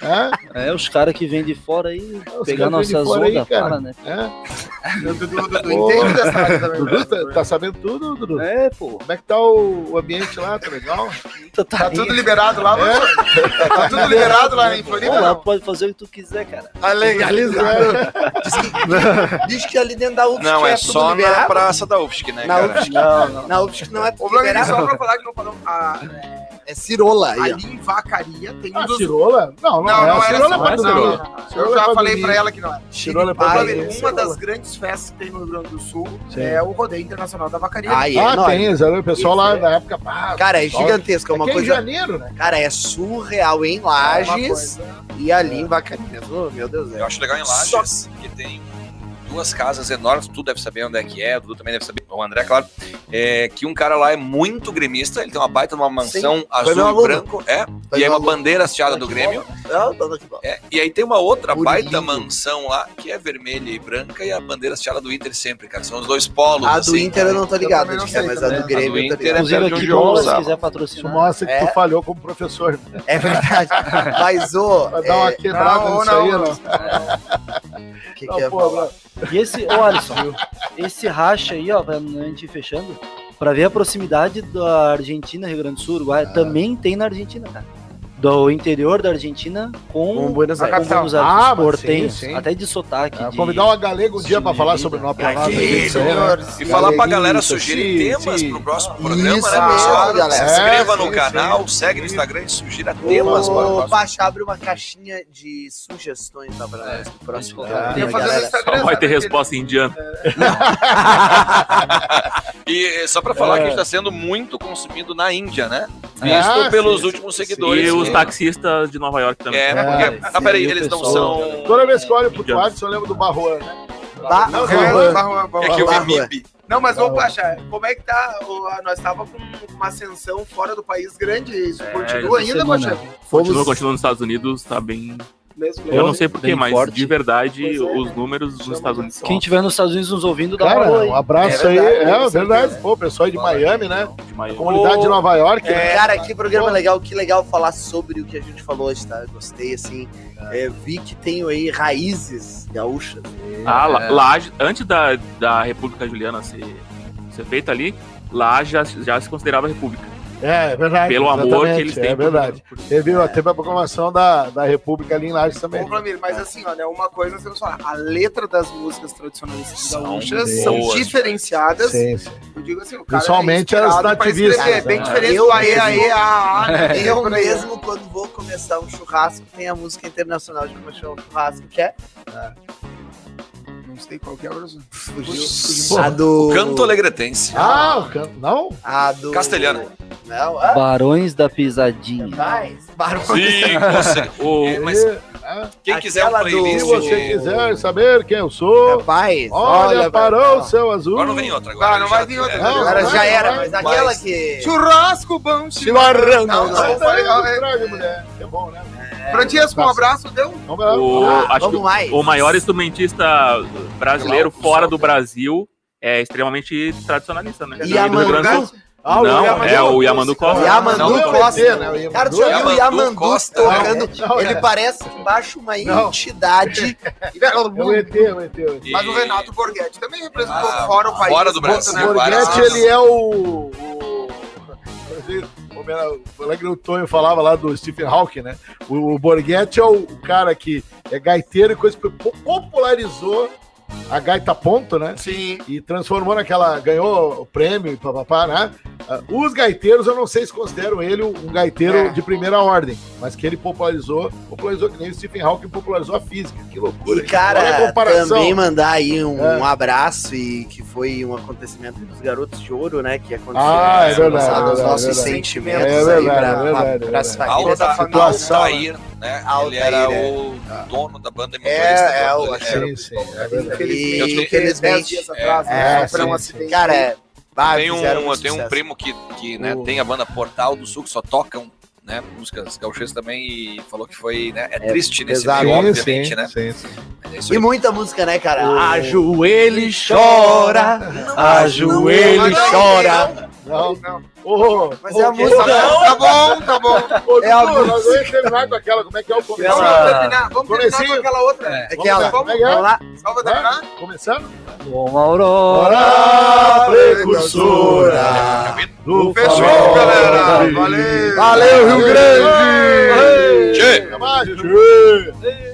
Hã? É, os caras que vêm de fora aí, É, Os pegar caras vêm de nossas fora aí, ondas, cara. para, né? Hã? O Dudu, Dudu entende dessa área também. É? Dudu, né? tá, tá sabendo tudo, Dudu? É, pô. Como é que tá o, o ambiente lá? Tá legal? Tá, Tá tudo liberado lá, mano? Tá tudo liberado lá em Floripa? Pô, lá não? pode fazer o que tu quiser, cara. Ah, Legalizado. Diz que ali dentro da UFSC Não, é tudo só na liberado. praça da UFSC, né, Na cara? UFSC, Não, não. na UFSC não é Ô, tudo Blanco, liberado. só pra falar que não falou. a- É cirola aí, ó. Ali em Vacaria tem um Ah, dos. cirola? Não, não, Não, é não a era cirola essa, pra não era dormir. não. Eu Cirola é já pra falei dormir. pra ela que não era. Cirola pra Ah, Ai, dormir. uma das grandes festas que tem no Rio Grande do Sul Sim. é o Rodeio Internacional da Vacaria. Ai, é Ah, enorme. tem, Zé, o pessoal lá na época. Ah, Cara, é pessoal- gigantesco, é uma Aqui em coisa. janeiro, né? Cara, é surreal em É uma Lages coisa. e ali em Vacaria. Ô, meu Deus, Eu é. acho legal em Lages, que tem duas casas enormes, tu deve saber onde é que é, o Dudu também deve saber, o André, claro, é, que um cara lá é muito gremista, ele tem uma baita numa mansão foi meu azul aluno. e branco, é, Foi e aí meu uma aluno. bandeira hasteada do Grêmio, Não, não, não, que bom. é, e aí tem uma outra Bonito. baita mansão lá, que é vermelha e branca, e a bandeira hasteada do Inter sempre, cara, são os dois polos, A do assim. Inter eu não tô ligado, também não onde que é, sei mas a também. do Grêmio A do eu tô ligado. Inclusive Perde um aqui, jogo, Bola, se Zé. quiser Isso patrocinar. mostra que É. tu falhou como professor. É verdade. Mas, ô. Pra dar uma É, quebrada não, nisso não, aí, não. não. que que Não, é, pô, falar? E esse, ô Alisson, esse racha aí, ó, pra a gente ir fechando, pra ver a proximidade da Argentina, Rio Grande do Sul, Uruguai, Ah. também tem na Argentina, cara. Do interior da Argentina com, Com Buenos com Aires. Buenos Ah, mas portenhos, sim, sim. até de sotaque. É, de- convidar uma galega um dia pra de falar vida. sobre o Planalto. Aqui, E falar pra Galeguinho, galera tá, sugerir sim, temas sim. pro próximo Isso programa, né, mesmo, pessoal? galera. Se inscreva É, no sim, canal, sim. segue no Instagram e sugira temas para o Ô, próximo. Pacha, abre uma caixinha de sugestões tá, pra nós pro próximo. Ah, programa, tem Eu fazendo galera. Instagram, Só vai ter sabe, resposta indiana. E eh, só pra falar É. que a gente tá sendo muito consumido na Índia, né? Ah, Visto sim, pelos sim. últimos seguidores. E os né? taxistas de Nova York também. É, É, porque. Ah, peraí, sim, eles não pessoal. são. Toda vez que eu olho pro Quadros, eu lembro do né? Barroan. Ba- Não, aquele- não, Barra- não. Barra- Barra- É que eu Barra- vi MIB. Não, mas ô Pacha, como é que tá? Ô, a- Nós tava com uma ascensão fora do país grande, isso continua essa ainda, semana. Pacha? Continua, Fomos- É, continua nos Estados Unidos, tá bem. Mesmo Eu não sei porquê, bem mas forte. de verdade, Pois é, né? os números dos Chama Estados Unidos são Quem tiver nos Estados Unidos nos ouvindo, dá uma Cara, um alô aí. abraço É aí. verdade, isso É é verdade, verdade. pô, pessoal aí de Miami, né? demais. Comunidade de Nova York, né? É, Cara, que programa legal, que legal falar sobre o que a gente falou hoje, tá? Eu Gostei, assim. É, vi que tenho aí raízes gaúchas. Ah, La- Laje, antes da, da República Juliana ser, ser feita ali, Laje já, se- já se considerava república. É, é verdade. pelo amor que exatamente, eles têm. É por- verdade. por- Teve, ó, teve a proclamação da, da República ali em Lages também. Ô, Flamir, mas assim, olha, uma coisa nós temos que falar. A letra das músicas tradicionalistas São gaúchas boas, são cara. diferenciadas. Sim, sim. Eu digo assim, o cara Principalmente é inspirado as pra nativistas, escrever, É bem né? diferente Eu do aê, mesmo. É. aê, a, a, né? Eu Por aí, né? mesmo, quando vou começar um churrasco, tem a música internacional de começar um churrasco, que é Não sei qual que é o resumo. a do... Canto alegretense. Ah, o canto. Não? A do... Castelhana. Não, ah, Barões da Pisadinha. mais. Barulho. Sim, você. O- É, mas é Ah, quem quiser um Aquela do- playlist. se você de- quiser saber quem eu É, sou, Rapaz, olha, velho, parou o não. céu azul. Agora não vem outra. Agora Ah, não já- vai vir outra. é, Não, Agora já era, mas Mas- aquela que... Churrasco bom, Chimarrão, Não, não, não. não. falei, ó, é- Traga, mulher. É bom, né? Francisco, um abraço, deu. Vamos lá. O, Ah, acho que vamos mais. o- o maior instrumentista brasileiro Glauco fora do Souza. Brasil é extremamente tradicionalista, né? E a Do Rio Grande do Mandu? Sul. Ah, o Não, Yamandu. é o Yamandu Costa. Yamandu Não, não, Costa. é o ET, né? O Yamandu. Cara, tu já viu o Yamandu Yamandu Costa, tocando? não, não, Ele é. parece que baixa uma Não. entidade. É o ET, é o ET. o ET. E- Mas o Renato Borghetti também representou Ah, fora o país. fora do ponto, Brasil, né? O várias Borghetti, vezes. ele é o. o- o- o- Foi lá que o Tonho falava lá do Stephen Hawking, né? O, o Borghetti é o, o cara que é gaiteiro e coisa que po- popularizou a gaita ponto, né? Sim. E transformou naquela. ganhou o prêmio e papapá, né? Ah, Os gaiteiros, eu não sei se consideram ele um gaiteiro É. de primeira ordem, mas que ele popularizou, popularizou que nem o Stephen Hawking popularizou a física. Que loucura. E, hein? Olha a cara, comparação. também mandar aí um, É. um abraço e que foi um acontecimento dos Garotos de Ouro, né? Que aconteceu. Ah, é essa verdade, passada, é Os verdade, nossos é verdade. sentimentos É aí verdade, pra, é verdade, pra as é verdade. Tá famílias da Alda- família. situação, Aldair, né? Ele Aldair, era é. o dono da banda e motorista. É, é, do- eu ele achei. era- Sim, sim, é verdade. Eu tenho- Infelizmente, infelizmente, infelizmente, dias atrás, é, né? Sofreu sim, um sim. acidente. Cara, é. bah, Tem um, fizeram eu tenho um sucesso. primo que, que né, O- tem a banda Portal do Sul, que só tocam né, músicas gauchês também, e falou que foi, né, é triste nesse pesado. meio, Sim, obviamente, né? sim, sim. É isso E aí. muita música, né, cara? O- Ajoelhe, chora. Ajoelhe, Não, chora. não, Não, Não, Ô, Mas ô, é a ô, música. Tá bom, tá bom. Tá bom. Ô, É a Dudu, nós vamos terminar com aquela, como é que é o começo? Vamos Ela- terminar, vamos terminar com Comecinho. aquela outra. É que Vamos ela. lá, como é que é? Vamos lá. É. Só vai terminar? Começando? Bom, Aurora. Ora, do Fechou, farol. galera. Valeu. Valeu, Rio Grande. Ei, Tchê. até mais, Tchê.